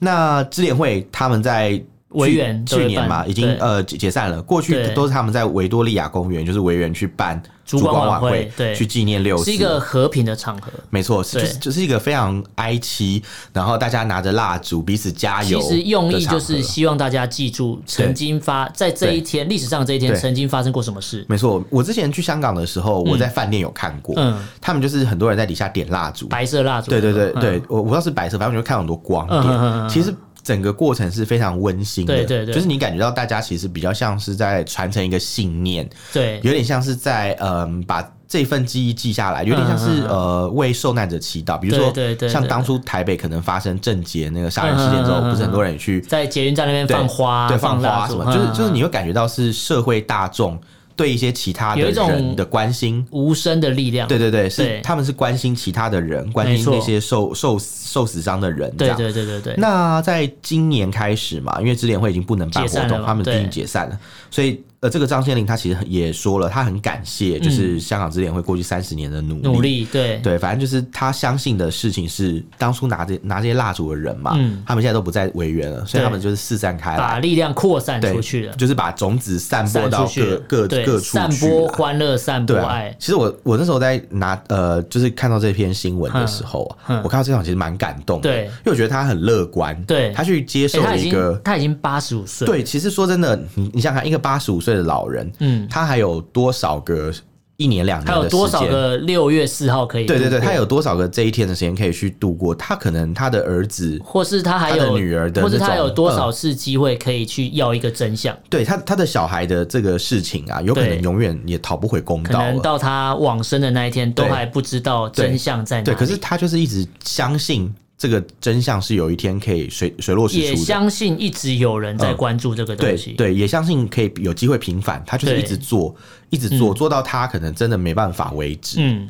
Speaker 1: 那支联会他们在
Speaker 2: 维园
Speaker 1: 去
Speaker 2: 都
Speaker 1: 去
Speaker 2: 会
Speaker 1: 年嘛，
Speaker 2: 办
Speaker 1: 已经
Speaker 2: 对
Speaker 1: 呃解解散了。过去
Speaker 2: 对
Speaker 1: 都是他们在维多利亚公园，就是维园去办
Speaker 2: 烛
Speaker 1: 光
Speaker 2: 光晚
Speaker 1: 晚
Speaker 2: 会对
Speaker 1: 去纪念六四。
Speaker 2: 是一个和平的场合，
Speaker 1: 没错，是就是
Speaker 2: 对
Speaker 1: 就是一个非常哀戚，然后大家拿着蜡烛彼此加油的
Speaker 2: 其
Speaker 1: 场合。
Speaker 2: 实用意就是希望大家记住曾经发在这一天历史上这一天
Speaker 1: 对
Speaker 2: 曾经发生过什么事，
Speaker 1: 没错。我之前去香港的时候，我在饭店有看过，
Speaker 2: 嗯
Speaker 1: 他们就是很多人在底下点蜡烛，
Speaker 2: 白色蜡烛，
Speaker 1: 对对对
Speaker 2: 嗯
Speaker 1: 对，我我要是白色，反正我就看到很多光
Speaker 2: 嗯嗯嗯
Speaker 1: 点。
Speaker 2: 嗯
Speaker 1: 其实整个过程是非常温馨的，
Speaker 2: 对对对
Speaker 1: 就是你感觉到大家其实比较像是在传承一个信念，
Speaker 2: 对
Speaker 1: 有点像是在嗯把。这份记忆记下来，有点像是
Speaker 2: 嗯嗯嗯
Speaker 1: 呃为受难者祈祷，比如说
Speaker 2: 对对对对
Speaker 1: 像当初台北可能发生郑捷那个杀人事件之后
Speaker 2: 嗯嗯嗯，嗯
Speaker 1: 不是很多人也去
Speaker 2: 在捷运站那边
Speaker 1: 对
Speaker 2: 放花，
Speaker 1: 对放
Speaker 2: 蜡
Speaker 1: 花
Speaker 2: 烛
Speaker 1: 什么，
Speaker 2: 嗯
Speaker 1: 就是就是
Speaker 2: 嗯
Speaker 1: 你会感觉到是社会大众对一些其他的
Speaker 2: 有一种
Speaker 1: 人的关心，
Speaker 2: 无声的力量，
Speaker 1: 对对对，
Speaker 2: 对
Speaker 1: 是他们是关心其他的人，关
Speaker 2: 没
Speaker 1: 心
Speaker 2: 错
Speaker 1: 那些受受受死伤的人，这
Speaker 2: 对
Speaker 1: 样。
Speaker 2: 对对对对，
Speaker 1: 那在今年开始嘛，因为支联会已经不能办
Speaker 2: 解
Speaker 1: 活
Speaker 2: 散了
Speaker 1: 动，
Speaker 2: 嘛
Speaker 1: 他们已
Speaker 2: 对
Speaker 1: 经解散了，所以呃，这个张先林他其实也说了，他很感谢就是香港支联会过去三十年的努力。
Speaker 2: 嗯努力对
Speaker 1: 对，反正就是他相信的事情是当初拿这拿这些蜡烛的人嘛，
Speaker 2: 嗯
Speaker 1: 他们现在都不在维园了，所以
Speaker 2: 对
Speaker 1: 他们就是四散开
Speaker 2: 把
Speaker 1: 来，
Speaker 2: 力量扩散
Speaker 1: 对，
Speaker 2: 出去了，
Speaker 1: 就是把种子散播
Speaker 2: 散
Speaker 1: 到
Speaker 2: 出去了，
Speaker 1: 各各
Speaker 2: 对
Speaker 1: 各处
Speaker 2: 散
Speaker 1: 去
Speaker 2: 播
Speaker 1: 啦
Speaker 2: 欢乐，散播
Speaker 1: 对啊
Speaker 2: 爱，，
Speaker 1: 其实我我那时候在拿呃，就是看到这篇新闻的时候
Speaker 2: 嗯
Speaker 1: 啊
Speaker 2: 嗯，
Speaker 1: 我看到这场其实蛮感动的，
Speaker 2: 对
Speaker 1: 因为我觉得他很乐观，
Speaker 2: 对
Speaker 1: 他去接受
Speaker 2: 欸他
Speaker 1: 了
Speaker 2: 已
Speaker 1: 一
Speaker 2: 经
Speaker 1: 个。
Speaker 2: 他已经八十五岁，
Speaker 1: 对，其实说真的，你你想想看，一个八十五岁岁的老人，
Speaker 2: 嗯，
Speaker 1: 他还有多少个一年两
Speaker 2: 还
Speaker 1: 年
Speaker 2: 有
Speaker 1: 的时
Speaker 2: 多少
Speaker 1: 间？
Speaker 2: 个六月四号可以？
Speaker 1: 对对对，他，有多少个这一天的时间可以去度过？他可能他的儿子，
Speaker 2: 或是他还
Speaker 1: 他的
Speaker 2: 有
Speaker 1: 女儿的
Speaker 2: 或是他
Speaker 1: 那种嗯
Speaker 2: 有多少次机会可以去要一个真相？
Speaker 1: 对他他的小孩的这个事情啊，有可能
Speaker 2: 对
Speaker 1: 永远也讨不回公
Speaker 2: 可
Speaker 1: 道啊
Speaker 2: 能
Speaker 1: 了。
Speaker 2: 到他往生的那一天，都
Speaker 1: 对
Speaker 2: 还不知道真相在哪里。
Speaker 1: 对，可是他就是一直相信这个真相是有一天可以水水落石
Speaker 2: 也
Speaker 1: 出的。
Speaker 2: 相信一直有人在关注这个
Speaker 1: 对
Speaker 2: 东西。
Speaker 1: 嗯对，也相信可以有机会平反，他就是
Speaker 2: 对
Speaker 1: 一直做，一直做，做到他可能真的没办法为止。
Speaker 2: 嗯，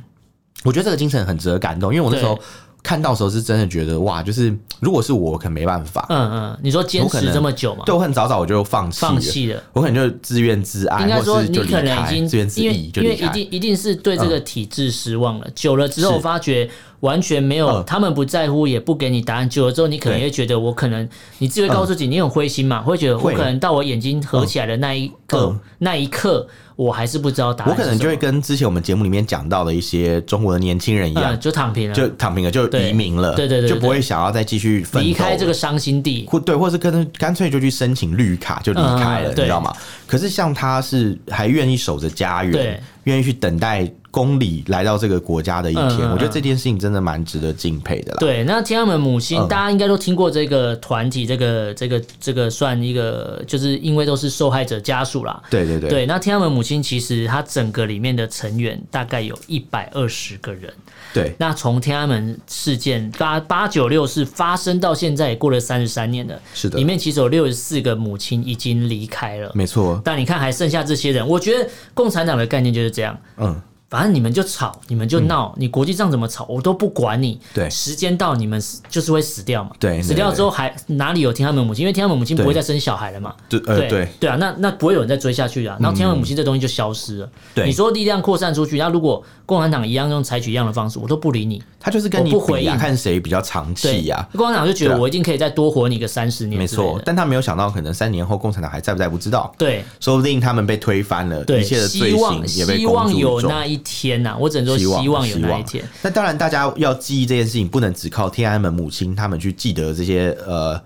Speaker 1: 我觉得这个精神很值得感动，因为我那时候
Speaker 2: 对
Speaker 1: 看到的时候是真的觉得哇，就是如果是我，我可能没办法，
Speaker 2: 嗯嗯，你说坚
Speaker 1: 有可
Speaker 2: 持
Speaker 1: 能
Speaker 2: 这么久嘛，
Speaker 1: 对我很早早我就放弃了，
Speaker 2: 放弃了。
Speaker 1: 我可能就自怨自艾，
Speaker 2: 应该
Speaker 1: 或
Speaker 2: 说
Speaker 1: 是
Speaker 2: 你
Speaker 1: 就离
Speaker 2: 可能
Speaker 1: 开
Speaker 2: 已经
Speaker 1: 自怨自
Speaker 2: 因为
Speaker 1: 艾就
Speaker 2: 因为
Speaker 1: 离
Speaker 2: 一
Speaker 1: 开。嗯
Speaker 2: 定一定是对这个体制失望了，久了之后
Speaker 1: 是
Speaker 2: 发觉完全没有
Speaker 1: 嗯
Speaker 2: 他们不在乎，也不给你答案，久了之后你可能
Speaker 1: 对嗯
Speaker 2: 会觉得我可能你自己会告诉自己你很灰心嘛，会觉得我
Speaker 1: 会
Speaker 2: 可能到我眼睛合起来的那一刻
Speaker 1: 嗯
Speaker 2: 那一刻我还是不知道答
Speaker 1: 我
Speaker 2: 案是
Speaker 1: 可
Speaker 2: 什么，
Speaker 1: 能就会跟之前我们节目里面讲到的一些中国的年轻人一样
Speaker 2: 嗯，就躺平
Speaker 1: 就
Speaker 2: 了，
Speaker 1: 躺平了，就
Speaker 2: 对
Speaker 1: 移民了，
Speaker 2: 对对对对
Speaker 1: 就不会想要再继续奋斗
Speaker 2: 离开这个
Speaker 1: 了。
Speaker 2: 伤心地，
Speaker 1: 或对，或是跟干脆就去申请绿卡就离开了，
Speaker 2: 嗯
Speaker 1: 你知道吗？可是像他是还愿意守着家
Speaker 2: 对
Speaker 1: 园，愿意去等待公理来到这个国家的一天，
Speaker 2: 嗯嗯
Speaker 1: 我觉得这件事情真的蛮值得敬佩的啦。
Speaker 2: 对，那天安门母亲，
Speaker 1: 嗯
Speaker 2: 大家应该都听过这个团体，这个这个这个算一个，就是因为都是受害者家属啦。
Speaker 1: 对对对，
Speaker 2: 那天安门母亲其实它整个里面的成员大概有一百二十个人。
Speaker 1: 对
Speaker 2: 那从天安门事件八八九六事发生到现在也过了三十三年了，
Speaker 1: 是的
Speaker 2: 里面其实有六十四个母亲已经离开了。
Speaker 1: 没错，
Speaker 2: 但你看还剩下这些人，我觉得共产党的概念就是这样，
Speaker 1: 嗯，
Speaker 2: 反正你们就吵，你们就闹，你国际上怎么吵，我都不管你。
Speaker 1: 对
Speaker 2: 时间到，你们死就是会死掉嘛。
Speaker 1: 对
Speaker 2: 死掉之后还哪里有天安门母亲？因为天安门母亲不会再生小孩了嘛。
Speaker 1: 对呃对嗯
Speaker 2: 对啊，那那不会有人再追下去啊。然后天安门母亲这东西就消失了。
Speaker 1: 对
Speaker 2: 你说力量扩散出去，那如果共产党一样用采取一样的方式，我都不理你。
Speaker 1: 他就是跟你
Speaker 2: 我不回
Speaker 1: 比啊，
Speaker 2: 应
Speaker 1: 看谁比较长
Speaker 2: 对
Speaker 1: 气呀、
Speaker 2: 共产党就觉得
Speaker 1: 对啊
Speaker 2: 我一定可以再多活你个三十年。
Speaker 1: 没错，。但他没有想到，可能三年后共产党还在不在不知道，
Speaker 2: 对
Speaker 1: 说不定他们被推翻了，
Speaker 2: 对，
Speaker 1: 一切的罪
Speaker 2: 希望
Speaker 1: 行也被
Speaker 2: 希
Speaker 1: 公
Speaker 2: 望
Speaker 1: 诸于
Speaker 2: 有
Speaker 1: 众。
Speaker 2: 那一天呐、我只能说希望有那一天。。
Speaker 1: 那当然，大家要记忆这件事情，不能只靠天安门母亲他们去记得这些呃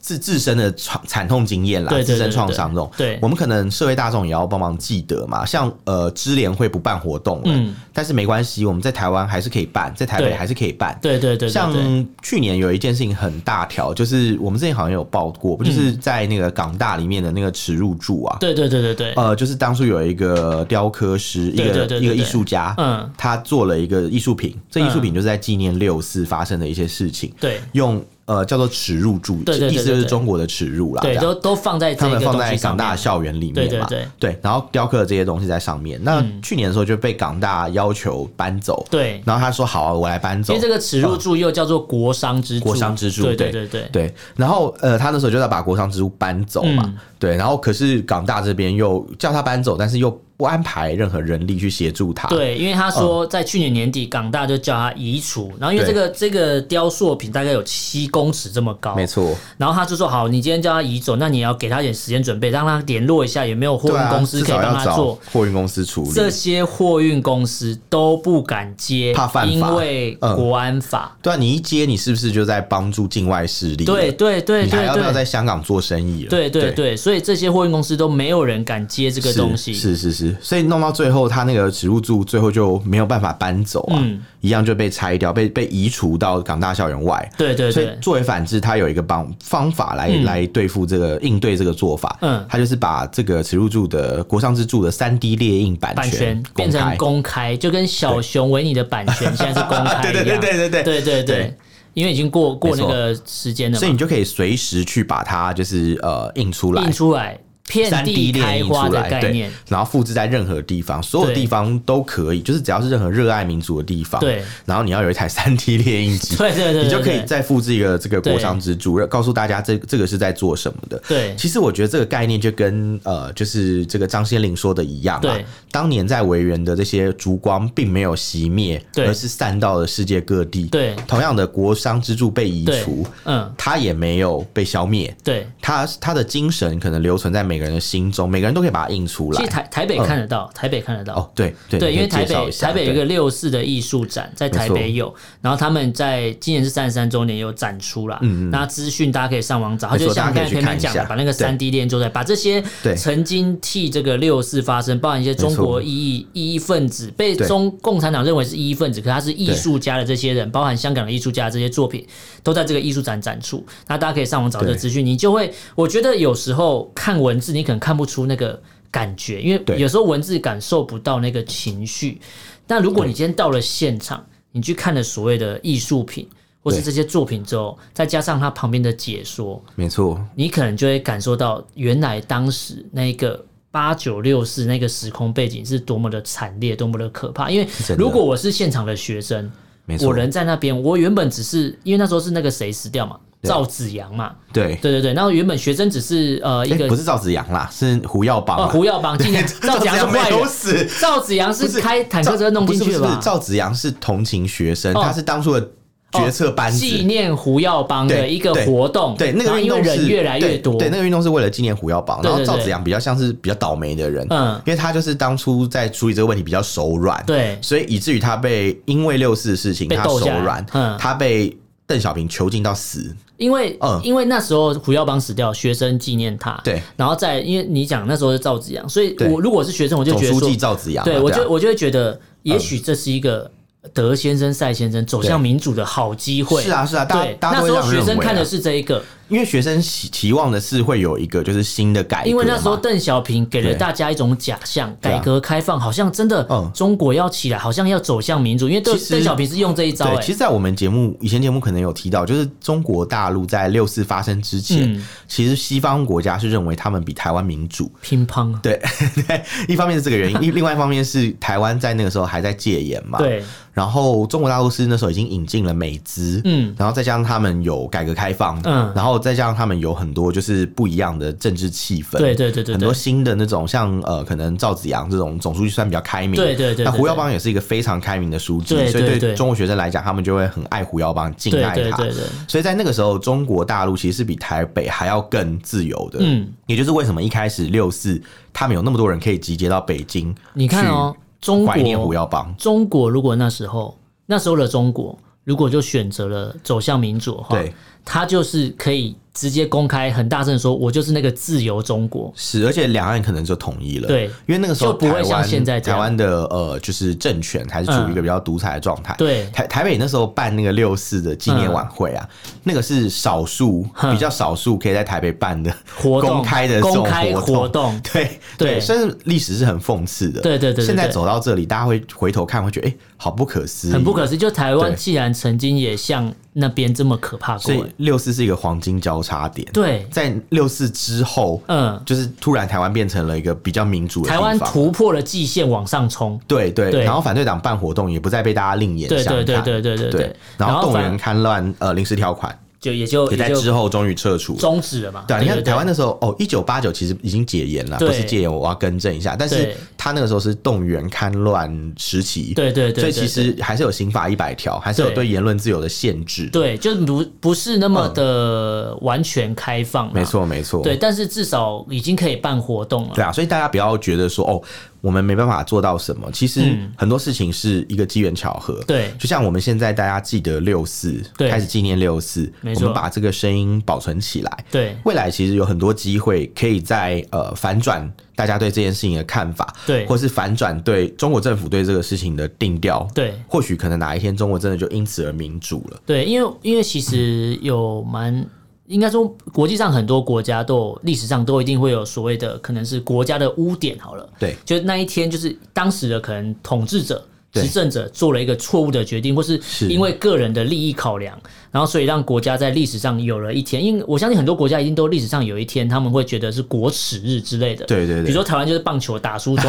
Speaker 1: 自自身的创惨痛经验啦，
Speaker 2: 对对对
Speaker 1: 自身创伤这种。
Speaker 2: 对
Speaker 1: 我们可能社会大众也要帮忙记得嘛。像呃，支联会不办活动了，
Speaker 2: 嗯
Speaker 1: 但是没关系，我们在台湾还是可以办，在台北
Speaker 2: 对
Speaker 1: 还是可以办。
Speaker 2: 对对对对
Speaker 1: 像
Speaker 2: 对，
Speaker 1: 去年有一件事情很大条，就是我们之前好像有报过，不就是在那个港大里面的那个耻辱柱啊？
Speaker 2: 嗯对对对对对，
Speaker 1: 呃，就是当初有一个雕刻师，一
Speaker 2: 对对
Speaker 1: 个
Speaker 2: 对对
Speaker 1: 一个
Speaker 2: 对
Speaker 1: 艺术家，
Speaker 2: 嗯，
Speaker 1: 他做了一个艺术品，这艺术
Speaker 2: 嗯
Speaker 1: 品就是在纪念六四发生的一些事情，
Speaker 2: 对。
Speaker 1: 用呃叫做耻辱柱，
Speaker 2: 对对对
Speaker 1: 意思就
Speaker 2: 对
Speaker 1: 是
Speaker 2: 对
Speaker 1: 中国的耻辱啦。
Speaker 2: 对，
Speaker 1: 这样
Speaker 2: 都都放在
Speaker 1: 啊
Speaker 2: 这
Speaker 1: 他
Speaker 2: 个
Speaker 1: 们放
Speaker 2: 东
Speaker 1: 在
Speaker 2: 西
Speaker 1: 港
Speaker 2: 上
Speaker 1: 大
Speaker 2: 面。
Speaker 1: 校园里
Speaker 2: 对
Speaker 1: 面
Speaker 2: 对
Speaker 1: 嘛，
Speaker 2: 对嗯
Speaker 1: 然后雕刻了这些东西在上面。那去年的时候就被港大要求搬走，
Speaker 2: 对，
Speaker 1: 然后他说好啊，我来搬
Speaker 2: 因
Speaker 1: 走
Speaker 2: 为。这个耻辱柱又叫做国殇之
Speaker 1: 哦
Speaker 2: 柱，
Speaker 1: 国殇之柱
Speaker 2: 对
Speaker 1: 对
Speaker 2: 对对对，
Speaker 1: 对，然后呃，他那时候就在把国殇之柱搬走嘛，
Speaker 2: 嗯
Speaker 1: 对，然后可是港大这边又叫他搬走，但是又不安排任何人力去协助他，
Speaker 2: 对，因为他
Speaker 1: 嗯
Speaker 2: 说在去年年底，港大就叫他移除，然后因为这个这个雕塑品大概有七公尺这么高，
Speaker 1: 没错，
Speaker 2: 然后他就说好，你今天叫他移走，那你也要给他一点时间准备，让他联络一下有没有货
Speaker 1: 对
Speaker 2: 运
Speaker 1: 啊，
Speaker 2: 公司
Speaker 1: 至
Speaker 2: 可以
Speaker 1: 少
Speaker 2: 帮
Speaker 1: 要
Speaker 2: 他
Speaker 1: 找
Speaker 2: 做。
Speaker 1: 货运公司处理。
Speaker 2: 这些货运公司都不敢接，
Speaker 1: 怕犯法
Speaker 2: 因为
Speaker 1: 嗯
Speaker 2: 国安法。
Speaker 1: 对啊，你一接，你是不是就在帮助境外势力？
Speaker 2: 对，对对
Speaker 1: 你还
Speaker 2: 对
Speaker 1: 要不要在
Speaker 2: 对。
Speaker 1: 香港做生意了？
Speaker 2: 对对对，所以这些货运公司都没有人敢接这个
Speaker 1: 是
Speaker 2: 东西，
Speaker 1: 是是是，所以弄到最后，他那个植物柱最后就没有办法搬走啊，
Speaker 2: 嗯
Speaker 1: 一样就被拆掉，被被移除到港大校园外。
Speaker 2: 对对
Speaker 1: 所以
Speaker 2: 对，
Speaker 1: 作为反制，他有一个方方法来、来对付这个应对这个做法，
Speaker 2: 嗯
Speaker 1: 他就是把这个植入柱的国上之柱的三 D 列印版
Speaker 2: 版权
Speaker 1: 公
Speaker 2: 变成
Speaker 1: 开，
Speaker 2: 公开，就跟小熊维尼的版 权现在是公开
Speaker 1: 对
Speaker 2: 一样。
Speaker 1: 对对对对对
Speaker 2: 对对对
Speaker 1: 对
Speaker 2: 因为已经过过
Speaker 1: 没
Speaker 2: 那
Speaker 1: 错
Speaker 2: 个时间了
Speaker 1: 所以
Speaker 2: 嘛
Speaker 1: 你，就可以随时去把它就是呃印出来
Speaker 2: 印，出来遍
Speaker 1: 三 D
Speaker 2: 地
Speaker 1: 列
Speaker 2: 开
Speaker 1: 印
Speaker 2: 花
Speaker 1: 出
Speaker 2: 的
Speaker 1: 来，
Speaker 2: 概
Speaker 1: 对
Speaker 2: 念。，
Speaker 1: 然后复制在任何地方，所有
Speaker 2: 对
Speaker 1: 地方都可以，就是只要是任何热爱民族的地方，
Speaker 2: 对，
Speaker 1: 然后你要有一台三 D 列印机，
Speaker 2: 对对对，
Speaker 1: 你就
Speaker 2: 对
Speaker 1: 可以
Speaker 2: 对
Speaker 1: 再复制一个这个
Speaker 2: 对
Speaker 1: 国殇之柱，告诉大家这这个是在做什么的。
Speaker 2: 对
Speaker 1: 其实我觉得这个概念就跟呃，就是这个张先林说的一样嘛
Speaker 2: 对。
Speaker 1: 当年在维园的这些烛光并没有熄灭，
Speaker 2: 对
Speaker 1: 而是散到了世界各地。
Speaker 2: 对
Speaker 1: 同样的国殇之柱被移
Speaker 2: 对
Speaker 1: 除，
Speaker 2: 嗯
Speaker 1: 它也没有被消灭。
Speaker 2: 对
Speaker 1: 它它的精神可能留存在每个个人的心中，每个人都可以把它印出
Speaker 2: 其
Speaker 1: 来
Speaker 2: 实。台台北看得到，台北看得到。
Speaker 1: 哦，对对
Speaker 2: 对，因为台北台北有一
Speaker 1: 个
Speaker 2: 个六四的艺术展，在台
Speaker 1: 没
Speaker 2: 北
Speaker 1: 错
Speaker 2: 有，然后他们在今年是三十三周年有展出啦。
Speaker 1: 嗯嗯
Speaker 2: 那资讯大家可以上网找，
Speaker 1: 没错
Speaker 2: 就像
Speaker 1: 大
Speaker 2: 刚
Speaker 1: 家可
Speaker 2: 才
Speaker 1: 以去
Speaker 2: 偏
Speaker 1: 看
Speaker 2: 偏
Speaker 1: 一下
Speaker 2: 讲的，把那个
Speaker 1: 对
Speaker 2: 三 D 链做在，把这些
Speaker 1: 对
Speaker 2: 曾经替这个六四发声，包含一些中国
Speaker 1: 没错
Speaker 2: 异议异议分子，被
Speaker 1: 对
Speaker 2: 中共产党认为是异议分子，可是他是艺术家的这些人，包含香港的艺术家的这些作品，都在这个艺术展展出。那大家可以上网找这个
Speaker 1: 对
Speaker 2: 资讯，你就会，我觉得有时候看文字，你可能看不出那个。感觉，因为
Speaker 1: 对
Speaker 2: 有时候文字感受不到那个情绪，但如果你今天到了现场，你去看了所谓的艺术品或是
Speaker 1: 对
Speaker 2: 这些作品之后，再加上它旁边的解说，
Speaker 1: 没错，
Speaker 2: 你可能就会感受到原来当时那个。八九六四那个时空背景是多么的惨烈，多么的啊可怕。因为
Speaker 1: 真的
Speaker 2: 如果我是现场的学生，
Speaker 1: 没错，
Speaker 2: 我人在那边，我原本只是因为那时候是那个谁死掉嘛，
Speaker 1: 对
Speaker 2: 赵子阳嘛，
Speaker 1: 对，
Speaker 2: 对对对。然后原本学生只是呃一
Speaker 1: 诶
Speaker 2: 个
Speaker 1: 不是赵子阳啦，是胡耀邦
Speaker 2: 呃
Speaker 1: 啦。
Speaker 2: 胡耀邦，今 年赵子阳是
Speaker 1: 没
Speaker 2: 坏
Speaker 1: 有
Speaker 2: 人，
Speaker 1: 死，
Speaker 2: 赵子阳
Speaker 1: 不
Speaker 2: 是开坦克车弄进去
Speaker 1: 不是
Speaker 2: 的
Speaker 1: 不是
Speaker 2: 吧
Speaker 1: 不是？赵子阳是同情学生，
Speaker 2: 哦
Speaker 1: 他是当初的决策班子。
Speaker 2: 纪念胡耀邦的
Speaker 1: 对
Speaker 2: 一个
Speaker 1: 对
Speaker 2: 活动，
Speaker 1: 对，那
Speaker 2: 然后
Speaker 1: 个运
Speaker 2: 因为
Speaker 1: 动是
Speaker 2: 人越来越多，
Speaker 1: 对，对那个运动是为了纪念胡耀邦。
Speaker 2: 对
Speaker 1: 然后
Speaker 2: 对
Speaker 1: 赵子
Speaker 2: 对
Speaker 1: 阳比较像是比较倒霉的人，
Speaker 2: 嗯
Speaker 1: 因为他就是当初在处理这个问题比较手软，
Speaker 2: 对
Speaker 1: 所以以至于他被因为六四的事情
Speaker 2: 被
Speaker 1: 他
Speaker 2: 斗
Speaker 1: 手
Speaker 2: 下来
Speaker 1: 软，
Speaker 2: 嗯
Speaker 1: 他被邓小平囚禁到死，
Speaker 2: 因为、
Speaker 1: 嗯
Speaker 2: 因为那时候胡耀邦死掉，学生纪念他，
Speaker 1: 对，
Speaker 2: 然后再因为你讲那时候是赵子阳，所以
Speaker 1: 对
Speaker 2: 我如果是学生，我就
Speaker 1: 总
Speaker 2: 觉得
Speaker 1: 书
Speaker 2: 说
Speaker 1: 记，赵子阳嘛，
Speaker 2: 对我
Speaker 1: 啊
Speaker 2: 就我就会觉得，也许这是一个。德先生、赛先生走向民主的好机会，
Speaker 1: 是啊是啊大家
Speaker 2: 对，
Speaker 1: 大家都
Speaker 2: 那时
Speaker 1: 会
Speaker 2: 候
Speaker 1: 这样
Speaker 2: 学生
Speaker 1: 认为啊
Speaker 2: 看的是这一个，
Speaker 1: 因为学生期期望的是会有一个就是新的改革嘛，
Speaker 2: 因为那时候邓小平给了
Speaker 1: 哎对啊
Speaker 2: 大家一种假象，
Speaker 1: 对啊
Speaker 2: 改革开放好像真的
Speaker 1: 嗯
Speaker 2: 中国要起来，好像要走向民主，因为邓
Speaker 1: 其实
Speaker 2: 邓小平是用这一招，
Speaker 1: 对，
Speaker 2: 哎
Speaker 1: 其实，在我们节目以前节目可能有提到，就是中国大陆在六四发生之前，
Speaker 2: 嗯
Speaker 1: 其实西方国家是认为他们比台湾民主。
Speaker 2: 乒乓啊，
Speaker 1: 对对，一方面是这个原因， 一另外一方面是台湾在那个时候还在戒严嘛。。
Speaker 2: 对，
Speaker 1: 然后中国大陆是那时候已经引进了美资，
Speaker 2: 嗯
Speaker 1: 然后再加上他们有改革开放，
Speaker 2: 嗯
Speaker 1: 然后再加上他们有很多就是不一样的政治气氛，
Speaker 2: 对对对对对
Speaker 1: 很多新的那种像呃，可能赵紫阳这种总书记虽然比较开明，
Speaker 2: 对对对对
Speaker 1: 那胡耀邦也是一个非常开明的书记，
Speaker 2: 对
Speaker 1: 所
Speaker 2: 对
Speaker 1: 以
Speaker 2: 对
Speaker 1: 对中国学生来讲，他们就会很爱胡耀邦，敬
Speaker 2: 对
Speaker 1: 爱他，
Speaker 2: 对对对，
Speaker 1: 所以在那个时候，中国大陆其实是比台北还要更自由的。
Speaker 2: 嗯，
Speaker 1: 也就是为什么一开始六四他们有那么多人可以集结到北京，
Speaker 2: 你看哦，中
Speaker 1: 怀念胡
Speaker 2: 国
Speaker 1: 耀邦。
Speaker 2: 中国如果那时候那时候的中国如果就选择了走向民主的话
Speaker 1: 对，
Speaker 2: 他就是可以直接公开很大声地说，我就是那个自由中国。
Speaker 1: 是，而且两岸可能就统一了。
Speaker 2: 对
Speaker 1: 因为那个时候
Speaker 2: 就不会
Speaker 1: 台湾
Speaker 2: 像现在这
Speaker 1: 台
Speaker 2: 样嗯
Speaker 1: 湾的呃，就是政权还是处于一个比较独裁的状态、
Speaker 2: 对嗯
Speaker 1: 台台北那时候办那个六四的纪念晚会啊，那个是少数
Speaker 2: 哼
Speaker 1: 比较少数可以在台北办的
Speaker 2: 活动
Speaker 1: 公开的这种
Speaker 2: 公开活动
Speaker 1: 对
Speaker 2: 对
Speaker 1: 对，甚至历史是很讽刺的。
Speaker 2: 对对对对
Speaker 1: 现在
Speaker 2: 对
Speaker 1: 走到这里，大家会回头看，会觉得哎、好不可思议，
Speaker 2: 很不可思议，就台湾
Speaker 1: 对
Speaker 2: 既然曾经也像那边这么可怕过
Speaker 1: 所，以六四是一个黄金交叉点。，
Speaker 2: 对，
Speaker 1: 在六四之后，
Speaker 2: 嗯，
Speaker 1: 就是突然台湾变成了一个比较民主的地
Speaker 2: 台
Speaker 1: 方
Speaker 2: 湾突破了界限往上冲，
Speaker 1: 对对，
Speaker 2: 对
Speaker 1: 然后反对党办活动也不再被大家另眼
Speaker 2: 对
Speaker 1: 相看，
Speaker 2: 对对对对对对
Speaker 1: 然
Speaker 2: 然
Speaker 1: 后
Speaker 2: 后
Speaker 1: 动
Speaker 2: 反
Speaker 1: 员戡乱呃临时条款
Speaker 2: 就也就
Speaker 1: 也在
Speaker 2: 也
Speaker 1: 之
Speaker 2: 就
Speaker 1: 后终于撤除了。
Speaker 2: 终止了嘛。
Speaker 1: 对啊，你看
Speaker 2: 对
Speaker 1: 台湾那时候哦，一九八九其实已经解严了，
Speaker 2: 对
Speaker 1: 不是戒严，我要更正一下。但是
Speaker 2: 对
Speaker 1: 他那个时候是动员戡乱时期，
Speaker 2: 对对对对
Speaker 1: 所以其实还是有刑法一百条，还是有
Speaker 2: 对
Speaker 1: 对言论自由的限制。，
Speaker 2: 对，就是不不是那么的完全开放，
Speaker 1: 嗯没。错没错，
Speaker 2: 对，但是至少已经可以办活动了。
Speaker 1: 对啊，所以大家不要觉得说哦，我们没办法做到什么。其实
Speaker 2: 嗯
Speaker 1: 很多事情是一个机缘巧合。
Speaker 2: 对
Speaker 1: 就像我们现在大家记得六四，
Speaker 2: 对
Speaker 1: 开始纪念六四，我
Speaker 2: 没错
Speaker 1: 们把这个声音保存起来。
Speaker 2: 对
Speaker 1: 未来其实有很多机会可以在呃反转大家对这件事情的看法，
Speaker 2: 对
Speaker 1: 或是反转对中国政府对这个事情的定调，
Speaker 2: 对
Speaker 1: 或许可能哪一天中国真的就因此而民主了。
Speaker 2: 对，因为因为其实有蛮。应该说，国际上很多国家都有历史上都一定会有所谓的，可能是国家的污点好了。
Speaker 1: 对
Speaker 2: 就那一天，就是当时的可能统治者、
Speaker 1: 对
Speaker 2: 执政者做了一个错误的决定，或是
Speaker 1: 是
Speaker 2: 因为个人的利益考量，然后所以让国家在历史上有了一天。因为我相信很多国家一定都历史上有一天，他们会觉得是国耻日之类的。
Speaker 1: 对对对
Speaker 2: 比如说台湾就是棒球打输中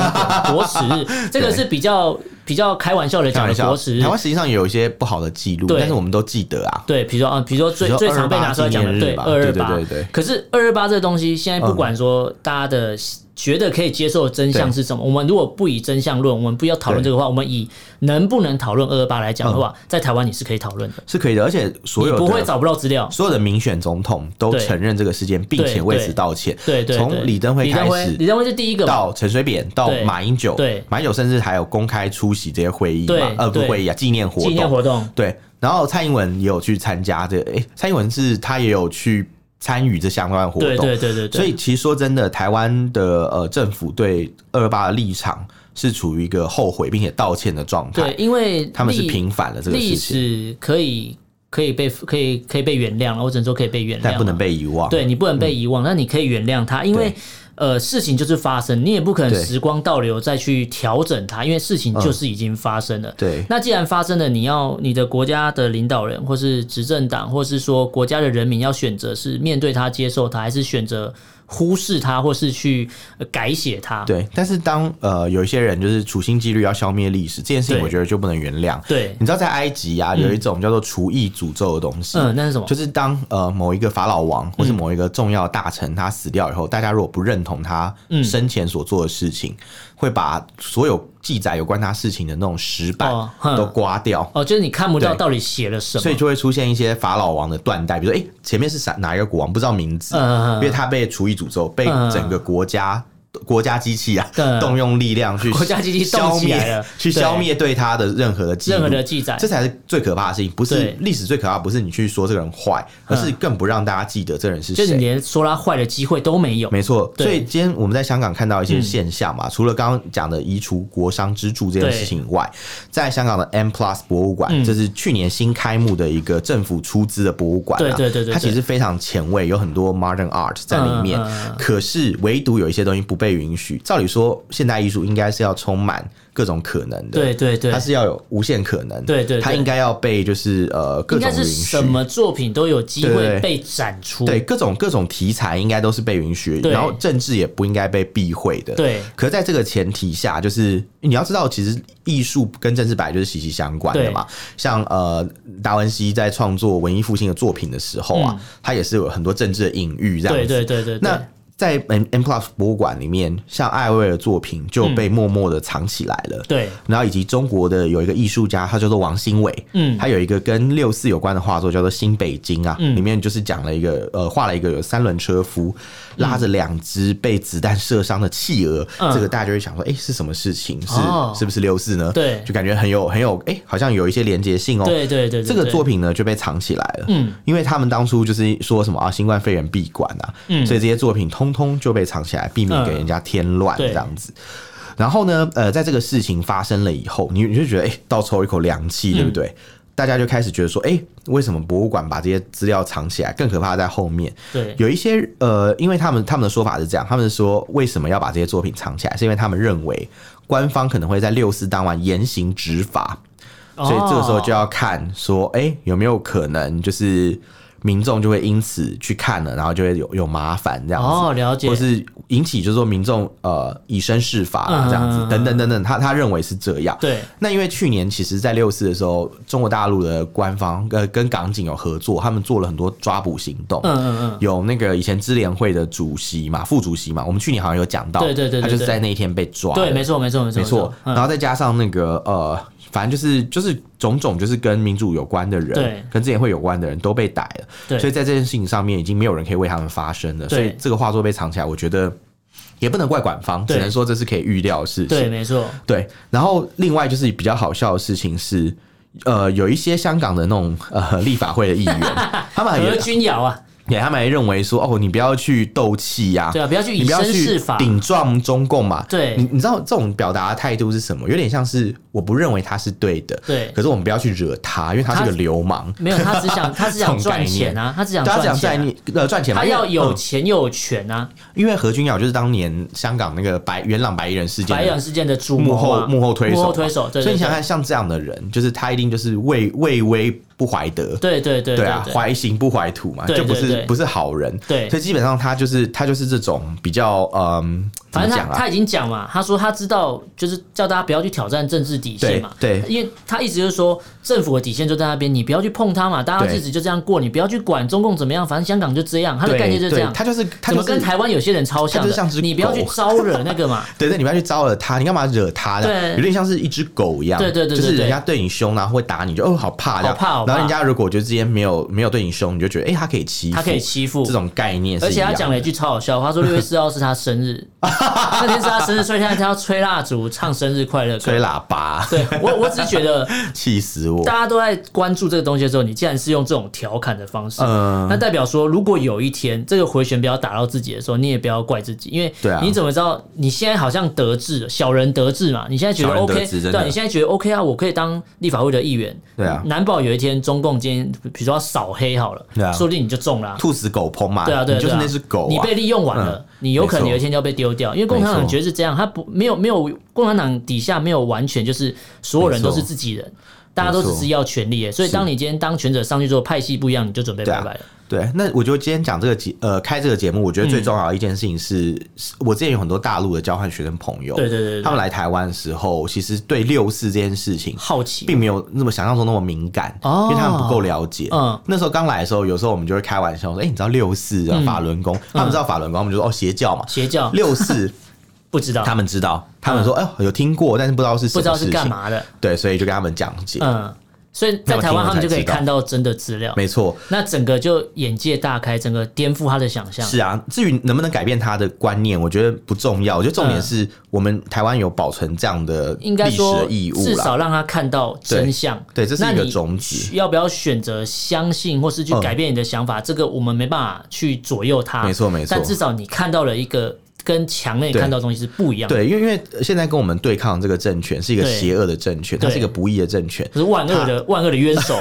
Speaker 2: 国，国耻 日，这个
Speaker 1: 对
Speaker 2: 是比较比较开玩笑的
Speaker 1: 开
Speaker 2: 讲
Speaker 1: 玩
Speaker 2: 的
Speaker 1: 笑啊
Speaker 2: 国耻，日
Speaker 1: 台。湾实际上也有一些不好的记录，
Speaker 2: 对
Speaker 1: 但是我们都记得啊。
Speaker 2: 对，比如说啊，比如说最
Speaker 1: 比如说
Speaker 2: 最常被拿出来讲
Speaker 1: 228
Speaker 2: 的，对
Speaker 1: 纪
Speaker 2: 二
Speaker 1: 念
Speaker 2: 二
Speaker 1: 日吧
Speaker 2: 八，
Speaker 1: 对对对嗯对
Speaker 2: 可是二二八这个东西，现在不管说大家的觉得可以接受的真相是什么，我们如果不以真相论，我们不要讨论这个话，我们以能不能讨论二二八来讲的话，在台湾你是可以讨论的。
Speaker 1: 是可以的，而且嗯所有
Speaker 2: 你不会
Speaker 1: 的
Speaker 2: 找不到资料。
Speaker 1: 所有的民选总统都
Speaker 2: 对
Speaker 1: 承认这个事件，并且为此道歉。
Speaker 2: 对对，对
Speaker 1: 从李登辉开始
Speaker 2: 李登辉是第一个嘛，
Speaker 1: 到陈水扁，到
Speaker 2: 对
Speaker 1: 马英九，
Speaker 2: 对
Speaker 1: 马英九甚至还有公开出席这些会议
Speaker 2: 对
Speaker 1: 嘛，呃，不是
Speaker 2: 对
Speaker 1: 会议啊，纪念活
Speaker 2: 纪念
Speaker 1: 动，
Speaker 2: 活动，
Speaker 1: 对。然后蔡英文也有去参加这个，诶，蔡英文是他也有去参与这相关的活
Speaker 2: 对
Speaker 1: 动，
Speaker 2: 对对对对，
Speaker 1: 所以其实说真的，台湾的呃政府对二二八的立场是处于一个后悔并且道歉的状
Speaker 2: 对，
Speaker 1: 态，
Speaker 2: 因为
Speaker 1: 他们是
Speaker 2: 历
Speaker 1: 平反了这个事
Speaker 2: 历
Speaker 1: 情，
Speaker 2: 史可以可以被可以可以被原谅了，我只能说可以被原谅，
Speaker 1: 但不能。被遗忘。
Speaker 2: 对你不能被遗忘，那、你可以原谅他，因为
Speaker 1: 嗯对
Speaker 2: 呃事情就是发生，你也不可能
Speaker 1: 对
Speaker 2: 时光倒流再去调整它，因为事情就是已经发生了。
Speaker 1: 对
Speaker 2: 那既然发生了，你要你的国家的领导人，或是执政党，或是说国家的人民，要选择是面对它、接受它，还是选择忽视它，或是去呃改写它？
Speaker 1: 对，但是当呃有一些人就是处心积虑要消灭历史这件事情，
Speaker 2: 对
Speaker 1: 我觉得就不能原谅。
Speaker 2: 对，
Speaker 1: 你知道在埃及啊，有一种叫做厨艺诅咒的东西，
Speaker 2: 嗯，那是什嗯么？
Speaker 1: 就是当呃某一个法老王或是某一个重要大臣他死掉以后，大家如果不认同他
Speaker 2: 嗯
Speaker 1: 生前所做的事情，会把所有记载有关他事情的那种石板
Speaker 2: 哦哼
Speaker 1: 都刮掉。
Speaker 2: 哦，就是你看不到
Speaker 1: 对
Speaker 2: 到底写了什么，
Speaker 1: 所以就会出现一些法老王的断代，比如说，哎、前面是哪哪一个国王不知道名字，
Speaker 2: 嗯嗯嗯
Speaker 1: 因为他被厨艺诅咒，被
Speaker 2: 嗯嗯
Speaker 1: 整个国家、国家机器啊、
Speaker 2: 嗯
Speaker 1: 动用力量去
Speaker 2: 国家机器
Speaker 1: 消
Speaker 2: 动起来
Speaker 1: 灭
Speaker 2: 了，
Speaker 1: 去
Speaker 2: 对
Speaker 1: 消灭对他的任何的记录
Speaker 2: 任何的记载
Speaker 1: 这才是最可怕的事情。不是
Speaker 2: 对嗯
Speaker 1: 历史最可怕，不是你去说这个人坏，而是更不让大家记得这人是
Speaker 2: 就是
Speaker 1: 谁
Speaker 2: 你。连说他坏的机会都没有。
Speaker 1: 没错，
Speaker 2: 对嗯
Speaker 1: 所以今天我们在香港看到一些现象嘛，除了刚刚讲的移除国殇之柱这件事情以外，在香港的 M Plus 博物馆，
Speaker 2: 嗯
Speaker 1: 这是去年新开幕的一个政府出资的博物馆、啊，
Speaker 2: 对对对对对
Speaker 1: 它其实非常前卫，有很多 modern art 在里面，
Speaker 2: 嗯嗯嗯
Speaker 1: 可是唯独有一些东西不被允许。照理说，现代艺术应该是要充满各种可能的，
Speaker 2: 对对对
Speaker 1: 它，是要有无限可能，
Speaker 2: 对对对
Speaker 1: 它应该要被就是呃各
Speaker 2: 应
Speaker 1: 种
Speaker 2: 该
Speaker 1: 允
Speaker 2: 是
Speaker 1: 许
Speaker 2: 什。么作品都有机
Speaker 1: 对对
Speaker 2: 会
Speaker 1: 对
Speaker 2: 被展出。
Speaker 1: 对各种各种题材应该都是被允许，
Speaker 2: 对
Speaker 1: 然后政治也不应该被避讳的。
Speaker 2: 对
Speaker 1: 可是在这个前提下，就是你要知道，其实艺术跟政治本来就是息息相关的嘛。像呃，达文西在创作文艺复兴的作品的时候啊，他也是有很多政治的隐喻这样
Speaker 2: 对
Speaker 1: 子。
Speaker 2: 嗯对对对，
Speaker 1: 那在 M M Plus 博物馆里面，像艾薇儿的作品就
Speaker 2: 嗯
Speaker 1: 被默默的藏起来了。
Speaker 2: 对
Speaker 1: 然后以及中国的有一个艺术家，他叫做王兴伟，
Speaker 2: 嗯
Speaker 1: 他有一个跟六四有关的画作叫做《新北京》啊，里面就是讲了一个呃，画了一个有三轮车夫拉着两只被子弹射伤的企鹅，
Speaker 2: 嗯
Speaker 1: 这个大家就会想说，哎、是什么事情？是、
Speaker 2: 哦
Speaker 1: 是不是六四呢？
Speaker 2: 对
Speaker 1: 就感觉很有很有，哎、好像有一些连结性哦。
Speaker 2: 对对对，
Speaker 1: 这个作
Speaker 2: 品
Speaker 1: 品呢就被藏起来了，
Speaker 2: 嗯，
Speaker 1: 因为他们当初就是说什么啊，新冠肺炎闭馆啊，
Speaker 2: 嗯
Speaker 1: 所以这些作品通通就被藏起来，避免给人家添乱
Speaker 2: 对
Speaker 1: 这样子。然后呢，呃，在这个事情发生了以后，你你就觉得，哎、倒抽一口凉气，
Speaker 2: 嗯
Speaker 1: 对不对？大家就开始觉得说，哎、为什么博物馆把这些资料藏起来？更可怕的在后面，
Speaker 2: 对
Speaker 1: 有一些呃，因为他们他们的说法是这样，他们说为什么要把这些作品藏起来，是因为他们认为官方可能会在六四当晚严刑执法，所以这个时
Speaker 2: 哦
Speaker 1: 候就要看说，哎、有没有可能就是民众就会因此去看了，然后就会有有麻烦这样子。
Speaker 2: 哦了解
Speaker 1: 或是引起，就是说民众呃以身试法啦
Speaker 2: 嗯
Speaker 1: 这样子，
Speaker 2: 嗯嗯
Speaker 1: 等等等等，他他认为是这样。
Speaker 2: 对
Speaker 1: 那因为去年其实，在六四的时候，中国大陆的官方呃跟港警有合作，他们做了很多抓捕行动。
Speaker 2: 嗯嗯
Speaker 1: 有那个以前支联会的主席嘛，副主席嘛，我们去年好像有讲到，
Speaker 2: 对对对对
Speaker 1: 他就是
Speaker 2: 对
Speaker 1: 在那一天被抓
Speaker 2: 嗯，
Speaker 1: 了。
Speaker 2: 对，没错没错没错
Speaker 1: 没
Speaker 2: 嗯
Speaker 1: 错，然后再加上那个呃，反正就是就是种种就是跟民主有关的人，
Speaker 2: 对
Speaker 1: 跟之前会有关的人都被逮了，
Speaker 2: 对
Speaker 1: 所以在这件事情上面已经没有人可以为他们发声了，
Speaker 2: 对
Speaker 1: 所以这个画作被藏起来，我觉得也不能怪管方，
Speaker 2: 对
Speaker 1: 只能说这是可以预料的事
Speaker 2: 对
Speaker 1: 情。
Speaker 2: 没错，
Speaker 1: 对，然后另外就是比较好笑的事情是，呃，有一些香港的那种呃立法会的议 员，他们
Speaker 2: 何
Speaker 1: 也
Speaker 2: 君尧啊，
Speaker 1: 也他们还认为说，哦，你不要去斗气呀、
Speaker 2: 对啊，不要去
Speaker 1: 你
Speaker 2: 以
Speaker 1: 不要
Speaker 2: 身试
Speaker 1: 去
Speaker 2: 法，
Speaker 1: 顶撞中共嘛？
Speaker 2: 对
Speaker 1: 你你知道这种表达的态度是什么？有点像是我不认为他是对的，
Speaker 2: 对
Speaker 1: 可是我们不要去惹他，因为他是个
Speaker 2: 他
Speaker 1: 流氓，
Speaker 2: 没有，他只想他只想
Speaker 1: 这种概
Speaker 2: 赚
Speaker 1: 念
Speaker 2: 钱啊，他只想
Speaker 1: 大家讲
Speaker 2: 赚
Speaker 1: 在
Speaker 2: 钱啊。
Speaker 1: 你呃赚钱嘛，
Speaker 2: 他
Speaker 1: 因为
Speaker 2: 要有
Speaker 1: 嗯
Speaker 2: 钱又有权啊！
Speaker 1: 因为何君尧就是当年香港那个白元朗白衣人事件
Speaker 2: 白
Speaker 1: 的
Speaker 2: 眼事件的主
Speaker 1: 幕
Speaker 2: 谋
Speaker 1: 后
Speaker 2: 啊
Speaker 1: 幕后推手嘛，
Speaker 2: 幕后推手，对
Speaker 1: 所以
Speaker 2: 对
Speaker 1: 你想
Speaker 2: 对
Speaker 1: 看像这样的人，就是他一定就是畏畏威不怀德，
Speaker 2: 对对对
Speaker 1: 啊，
Speaker 2: 对
Speaker 1: 怀刑不怀土嘛，
Speaker 2: 对
Speaker 1: 就不
Speaker 2: 对
Speaker 1: 是
Speaker 2: 对
Speaker 1: 不是好人。
Speaker 2: 对
Speaker 1: 所以基本上他就是他就是这种比较嗯，怎
Speaker 2: 反
Speaker 1: 么
Speaker 2: 正他
Speaker 1: 讲啊
Speaker 2: 他？已经讲嘛，他说他知道，就是叫大家不要去挑战政治底线嘛。
Speaker 1: 对对
Speaker 2: 因为他一直就是说政府的底线就在那边，你不要去碰它嘛，大家
Speaker 1: 对
Speaker 2: 日子就这样过，你不要去管中共怎么样，反正香港就这样，他的概念就
Speaker 1: 对
Speaker 2: 这样。
Speaker 1: 他就是他
Speaker 2: 怎
Speaker 1: 就
Speaker 2: 么跟
Speaker 1: 是
Speaker 2: 台湾有些人超像
Speaker 1: 他就
Speaker 2: 的？
Speaker 1: 是像只
Speaker 2: 你不要去
Speaker 1: 狗
Speaker 2: 招惹那个嘛。
Speaker 1: 对对，你不要去招惹他，你干嘛惹他呢？
Speaker 2: 对
Speaker 1: 有点像是一只狗一样，
Speaker 2: 对对对对
Speaker 1: 就是
Speaker 2: 对
Speaker 1: 人家对你凶然后会打你，就哦好怕这样
Speaker 2: 好怕好怕
Speaker 1: 然后人家如果就之前没有没有对你凶，你就觉得哎、他可以欺负，
Speaker 2: 他可以欺负
Speaker 1: 这种概念是
Speaker 2: 而
Speaker 1: 一
Speaker 2: 且
Speaker 1: 样的，
Speaker 2: 他讲了一句超好笑 的话，他说六月四号是他生日，那天是他生日，所以现在他要吹蜡烛唱生日快乐歌。
Speaker 1: 吹喇叭，
Speaker 2: 对我，我只是觉得
Speaker 1: 气死我
Speaker 2: 大！家都在关注这个东西的时候，你竟然是用这种调侃的方式，
Speaker 1: 嗯
Speaker 2: 那代表说，如果有一天这个回旋镖打到自己的时候，你也不要怪自己，因为
Speaker 1: 对啊
Speaker 2: 你怎么知道你现在好像得志了，小人得志嘛？你现在觉得
Speaker 1: 小人得
Speaker 2: OK，
Speaker 1: 志真的
Speaker 2: 对啊，你现在觉得 OK 啊，我可以当立法会的议员，
Speaker 1: 对啊
Speaker 2: 难保有一天中共今天比如说要扫黑好了，
Speaker 1: 对啊
Speaker 2: 说不定你就中了啊、
Speaker 1: 兔死狗烹嘛，
Speaker 2: 对啊，对啊，
Speaker 1: 你就是
Speaker 2: 对啊
Speaker 1: 那只狗、啊，
Speaker 2: 你被利用完了，你有可能
Speaker 1: 没错
Speaker 2: 有一天就要被丢掉，因为共产
Speaker 1: 没
Speaker 2: 党
Speaker 1: 错
Speaker 2: 觉得是这样，他不没有没有共产党底下没有完全就是所有人都是自己人，大家都只是要权利耶，所以当你今天当权者上去之后，派系不一样，你就准备
Speaker 1: 对
Speaker 2: 拜
Speaker 1: 啊
Speaker 2: 拜了。
Speaker 1: 对，那我觉得今天讲这个节呃开这个节目，我觉得
Speaker 2: 嗯
Speaker 1: 最重要的一件事情是，是我之前有很多大陆的交换学生朋友，
Speaker 2: 对对对对
Speaker 1: 他们来台湾的时候，其实对六四这件事情。
Speaker 2: 好奇，
Speaker 1: 并没有那么想象中那么敏感，
Speaker 2: 哦
Speaker 1: 因为他们不够了解。
Speaker 2: 嗯
Speaker 1: 那时候刚来的时候，有时候我们就会开玩笑说：“哎、你知道六四
Speaker 2: 嗯
Speaker 1: 啊，法轮功？”他们知道法轮功，他们就说：“哦，邪教 嘛。
Speaker 2: 邪教”
Speaker 1: 六四
Speaker 2: 嗯不知道，
Speaker 1: 他们知道，他们说：“哎、有听过，但是不知道是什
Speaker 2: 嗯不
Speaker 1: 么
Speaker 2: 知道是
Speaker 1: 事
Speaker 2: 干
Speaker 1: 情
Speaker 2: 嘛的，
Speaker 1: 对，所以就跟他们讲解。
Speaker 2: 嗯，所以在台湾他们就可以看到真的资料，
Speaker 1: 没错，
Speaker 2: 那整个就眼界大开，整个颠覆他的想象。
Speaker 1: 是啊，至于能不能改变他的观念，我觉得不重要。我觉得重点是我们台湾有保存这样的
Speaker 2: 嗯应
Speaker 1: 历
Speaker 2: 该
Speaker 1: 史
Speaker 2: 说
Speaker 1: 的义，务
Speaker 2: 至
Speaker 1: 啦。
Speaker 2: 少让他看到真相。
Speaker 1: 对对这是
Speaker 2: 那
Speaker 1: 一个
Speaker 2: 你
Speaker 1: 种子
Speaker 2: 要不要选择相信，或是去
Speaker 1: 嗯
Speaker 2: 改变你的想法？这个我们没办法去左右它。
Speaker 1: 没错没错
Speaker 2: 但至少你看到了一个跟墙内
Speaker 1: 对
Speaker 2: 看到的东西是不一样的，
Speaker 1: 对，因为因为现在跟我们对抗这个政权是一个
Speaker 2: 对
Speaker 1: 邪恶的政权，它
Speaker 2: 对
Speaker 1: 是一个不义的政权。
Speaker 2: 可是万恶的万恶的冤 手。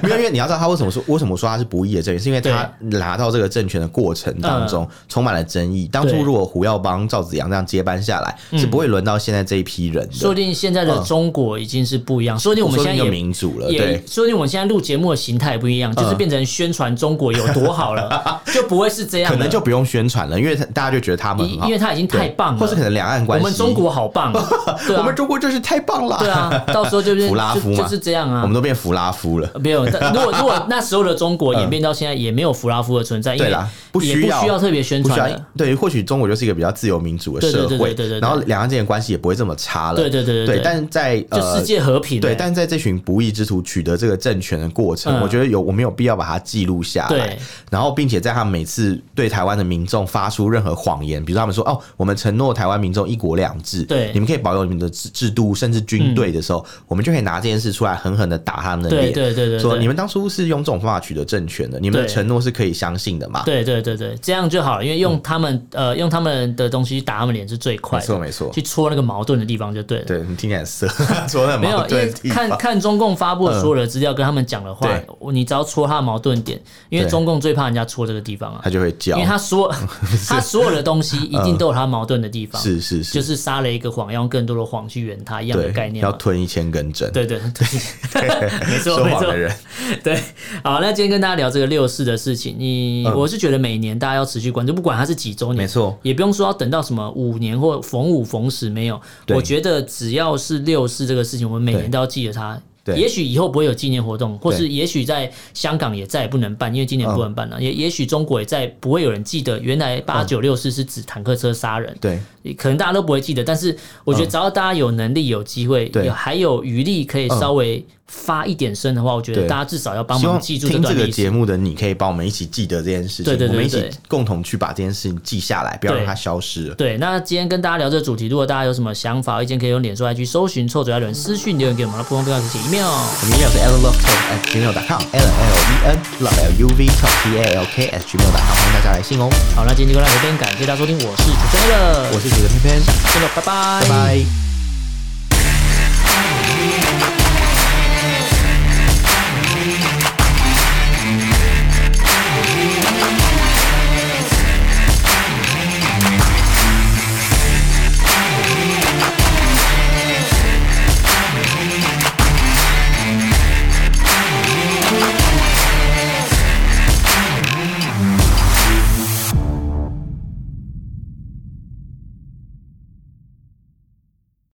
Speaker 1: 没有，因为你要知道他为什么说为什么说他是不义的政权，是因为他拿到这个政权的过程当中充满了争议。当初
Speaker 2: 嗯对嗯
Speaker 1: 如果胡耀邦、赵子阳这样接班下来，是不会轮到现在这一批人
Speaker 2: 说不
Speaker 1: 的。
Speaker 2: 定现在的中国已经是不一样，说不定我们
Speaker 1: 嗯说
Speaker 2: 现在
Speaker 1: 一个
Speaker 2: 也
Speaker 1: 民主了，
Speaker 2: 也
Speaker 1: 对，啊
Speaker 2: 说不定我们现在录节目的形态也不一样，就是变成宣传中国有多好 了，就不会是这样
Speaker 1: 可
Speaker 2: 的，
Speaker 1: 能就不用宣传了，因为他大家就觉得他们很
Speaker 2: 因
Speaker 1: 好
Speaker 2: 因为，他已经太
Speaker 1: 对
Speaker 2: 棒了，
Speaker 1: 或是可能两岸
Speaker 2: 我
Speaker 1: 关系，
Speaker 2: 们中国好棒， 对啊
Speaker 1: 我们中国真是太棒了。
Speaker 2: 对啊，到时候就是
Speaker 1: 弗拉夫
Speaker 2: 就
Speaker 1: 嘛
Speaker 2: 就是这样啊
Speaker 1: 我们。都变弗拉夫了。
Speaker 2: 没有，但如果如果那时候的中 国演变到现在，也没有弗拉夫的存在，因
Speaker 1: 对
Speaker 2: 为
Speaker 1: 啦，不
Speaker 2: 也
Speaker 1: 需
Speaker 2: 不
Speaker 1: 要
Speaker 2: 需要特别宣
Speaker 1: 不需
Speaker 2: 传
Speaker 1: 要
Speaker 2: 了。
Speaker 1: 对，或许中国就是一个比较自由民主的
Speaker 2: 对对
Speaker 1: 社
Speaker 2: 对
Speaker 1: 会
Speaker 2: 对对对，对
Speaker 1: 然后两岸之间的关系也不会这么差了。
Speaker 2: 对对对对
Speaker 1: 对
Speaker 2: 对，
Speaker 1: 但在
Speaker 2: 就
Speaker 1: 呃
Speaker 2: 世。界和平、
Speaker 1: 对，
Speaker 2: 欸
Speaker 1: 但是在这群不义之徒取得这个政权的过程，
Speaker 2: 嗯
Speaker 1: 我觉得有我们有必要把它记录下来
Speaker 2: 对，
Speaker 1: 然后并且在他们每次对台湾的民众发出任何谎言，比如说他们说哦，我们承诺台湾民众一国两制，
Speaker 2: 对嗯
Speaker 1: 你们可以保有你们的制制度，甚至军队的时候，我们就可以拿这件事出来狠狠的打他们的
Speaker 2: 对
Speaker 1: 脸，
Speaker 2: 对对对
Speaker 1: 说
Speaker 2: 对，
Speaker 1: 你们当初是用这种方法取得政权的，你们的
Speaker 2: 对
Speaker 1: 承诺是可以相信的嘛？
Speaker 2: 对对对对，这样就好了，因为用他们、呃用他们的东西打他们脸是最
Speaker 1: 嗯
Speaker 2: 快
Speaker 1: 没
Speaker 2: 的，
Speaker 1: 错没错，
Speaker 2: 去戳那个矛盾的地方就对了。
Speaker 1: 对你听起来很色， 说的
Speaker 2: 没有
Speaker 1: 矛，
Speaker 2: 因为
Speaker 1: 盾的地
Speaker 2: 看
Speaker 1: 方，
Speaker 2: 看中共发布的所有的资料跟他们讲的话
Speaker 1: 对，
Speaker 2: 我你只要戳他的矛盾点，因为
Speaker 1: 对
Speaker 2: 中共最怕人家戳这个地方啊
Speaker 1: 他，就会叫
Speaker 2: 因为，他所他所有的东西一定都有他矛盾的地方，
Speaker 1: 是是，
Speaker 2: 就是是撒了一个谎，要用更多的谎去圆它一样的
Speaker 1: 对
Speaker 2: 概，念
Speaker 1: 要
Speaker 2: 嘛。
Speaker 1: 吞一千根针，
Speaker 2: 对对对， 没错
Speaker 1: 说
Speaker 2: 没
Speaker 1: 谎
Speaker 2: 错
Speaker 1: 的，人，
Speaker 2: 对。好，那今天跟大家聊这个六四的事情，你、我是觉得每年大家要持续关注，不管它是几周年，
Speaker 1: 嗯没错，
Speaker 2: 也不用说要等到什么五年或逢五逢十没有。
Speaker 1: 对
Speaker 2: 我觉得只要是六四这个事情，我们每
Speaker 1: 对
Speaker 2: 年都要记得它。
Speaker 1: 对
Speaker 2: 也许以后不会有纪念活动，或是
Speaker 1: 对嗯
Speaker 2: 也许在香港也再也不能办，因为今年不能办了。也也许中国也再不会有人记得，原来八九六四是指坦克车杀人。
Speaker 1: 对，
Speaker 2: 可能大家都不会记得，但是我觉得只要大家有能力、有机会、
Speaker 1: 嗯对
Speaker 2: 有还有余力，可以稍微发一点声的话，我觉得
Speaker 1: 对
Speaker 2: 大家至少要帮
Speaker 1: 希望
Speaker 2: 忙记住这
Speaker 1: 听
Speaker 2: 段
Speaker 1: 这个
Speaker 2: 历史
Speaker 1: 节。目的你可以帮我们一起记得这件事情，
Speaker 2: 对对对
Speaker 1: 我们一起
Speaker 2: 对
Speaker 1: 共同去把这件事情记下来，不要
Speaker 2: 对
Speaker 1: 让它消失了。
Speaker 2: 对，那今天跟大家聊这个主题，如果大家有什么想法、意见，可以用脸书 IG 搜寻“臭嘴艾伦”私讯留言给我们，普通对话可以写 email。
Speaker 1: 我们 email 是 alan love talk at gmail com alan l e n love l u v talk t a l k at gmail com，欢迎大家来信哦。
Speaker 2: 好，那今天就到这边，感谢大家收听，我是主持人艾伦，
Speaker 1: 我是主持人偏偏，
Speaker 2: 真的，拜拜，
Speaker 1: 拜拜。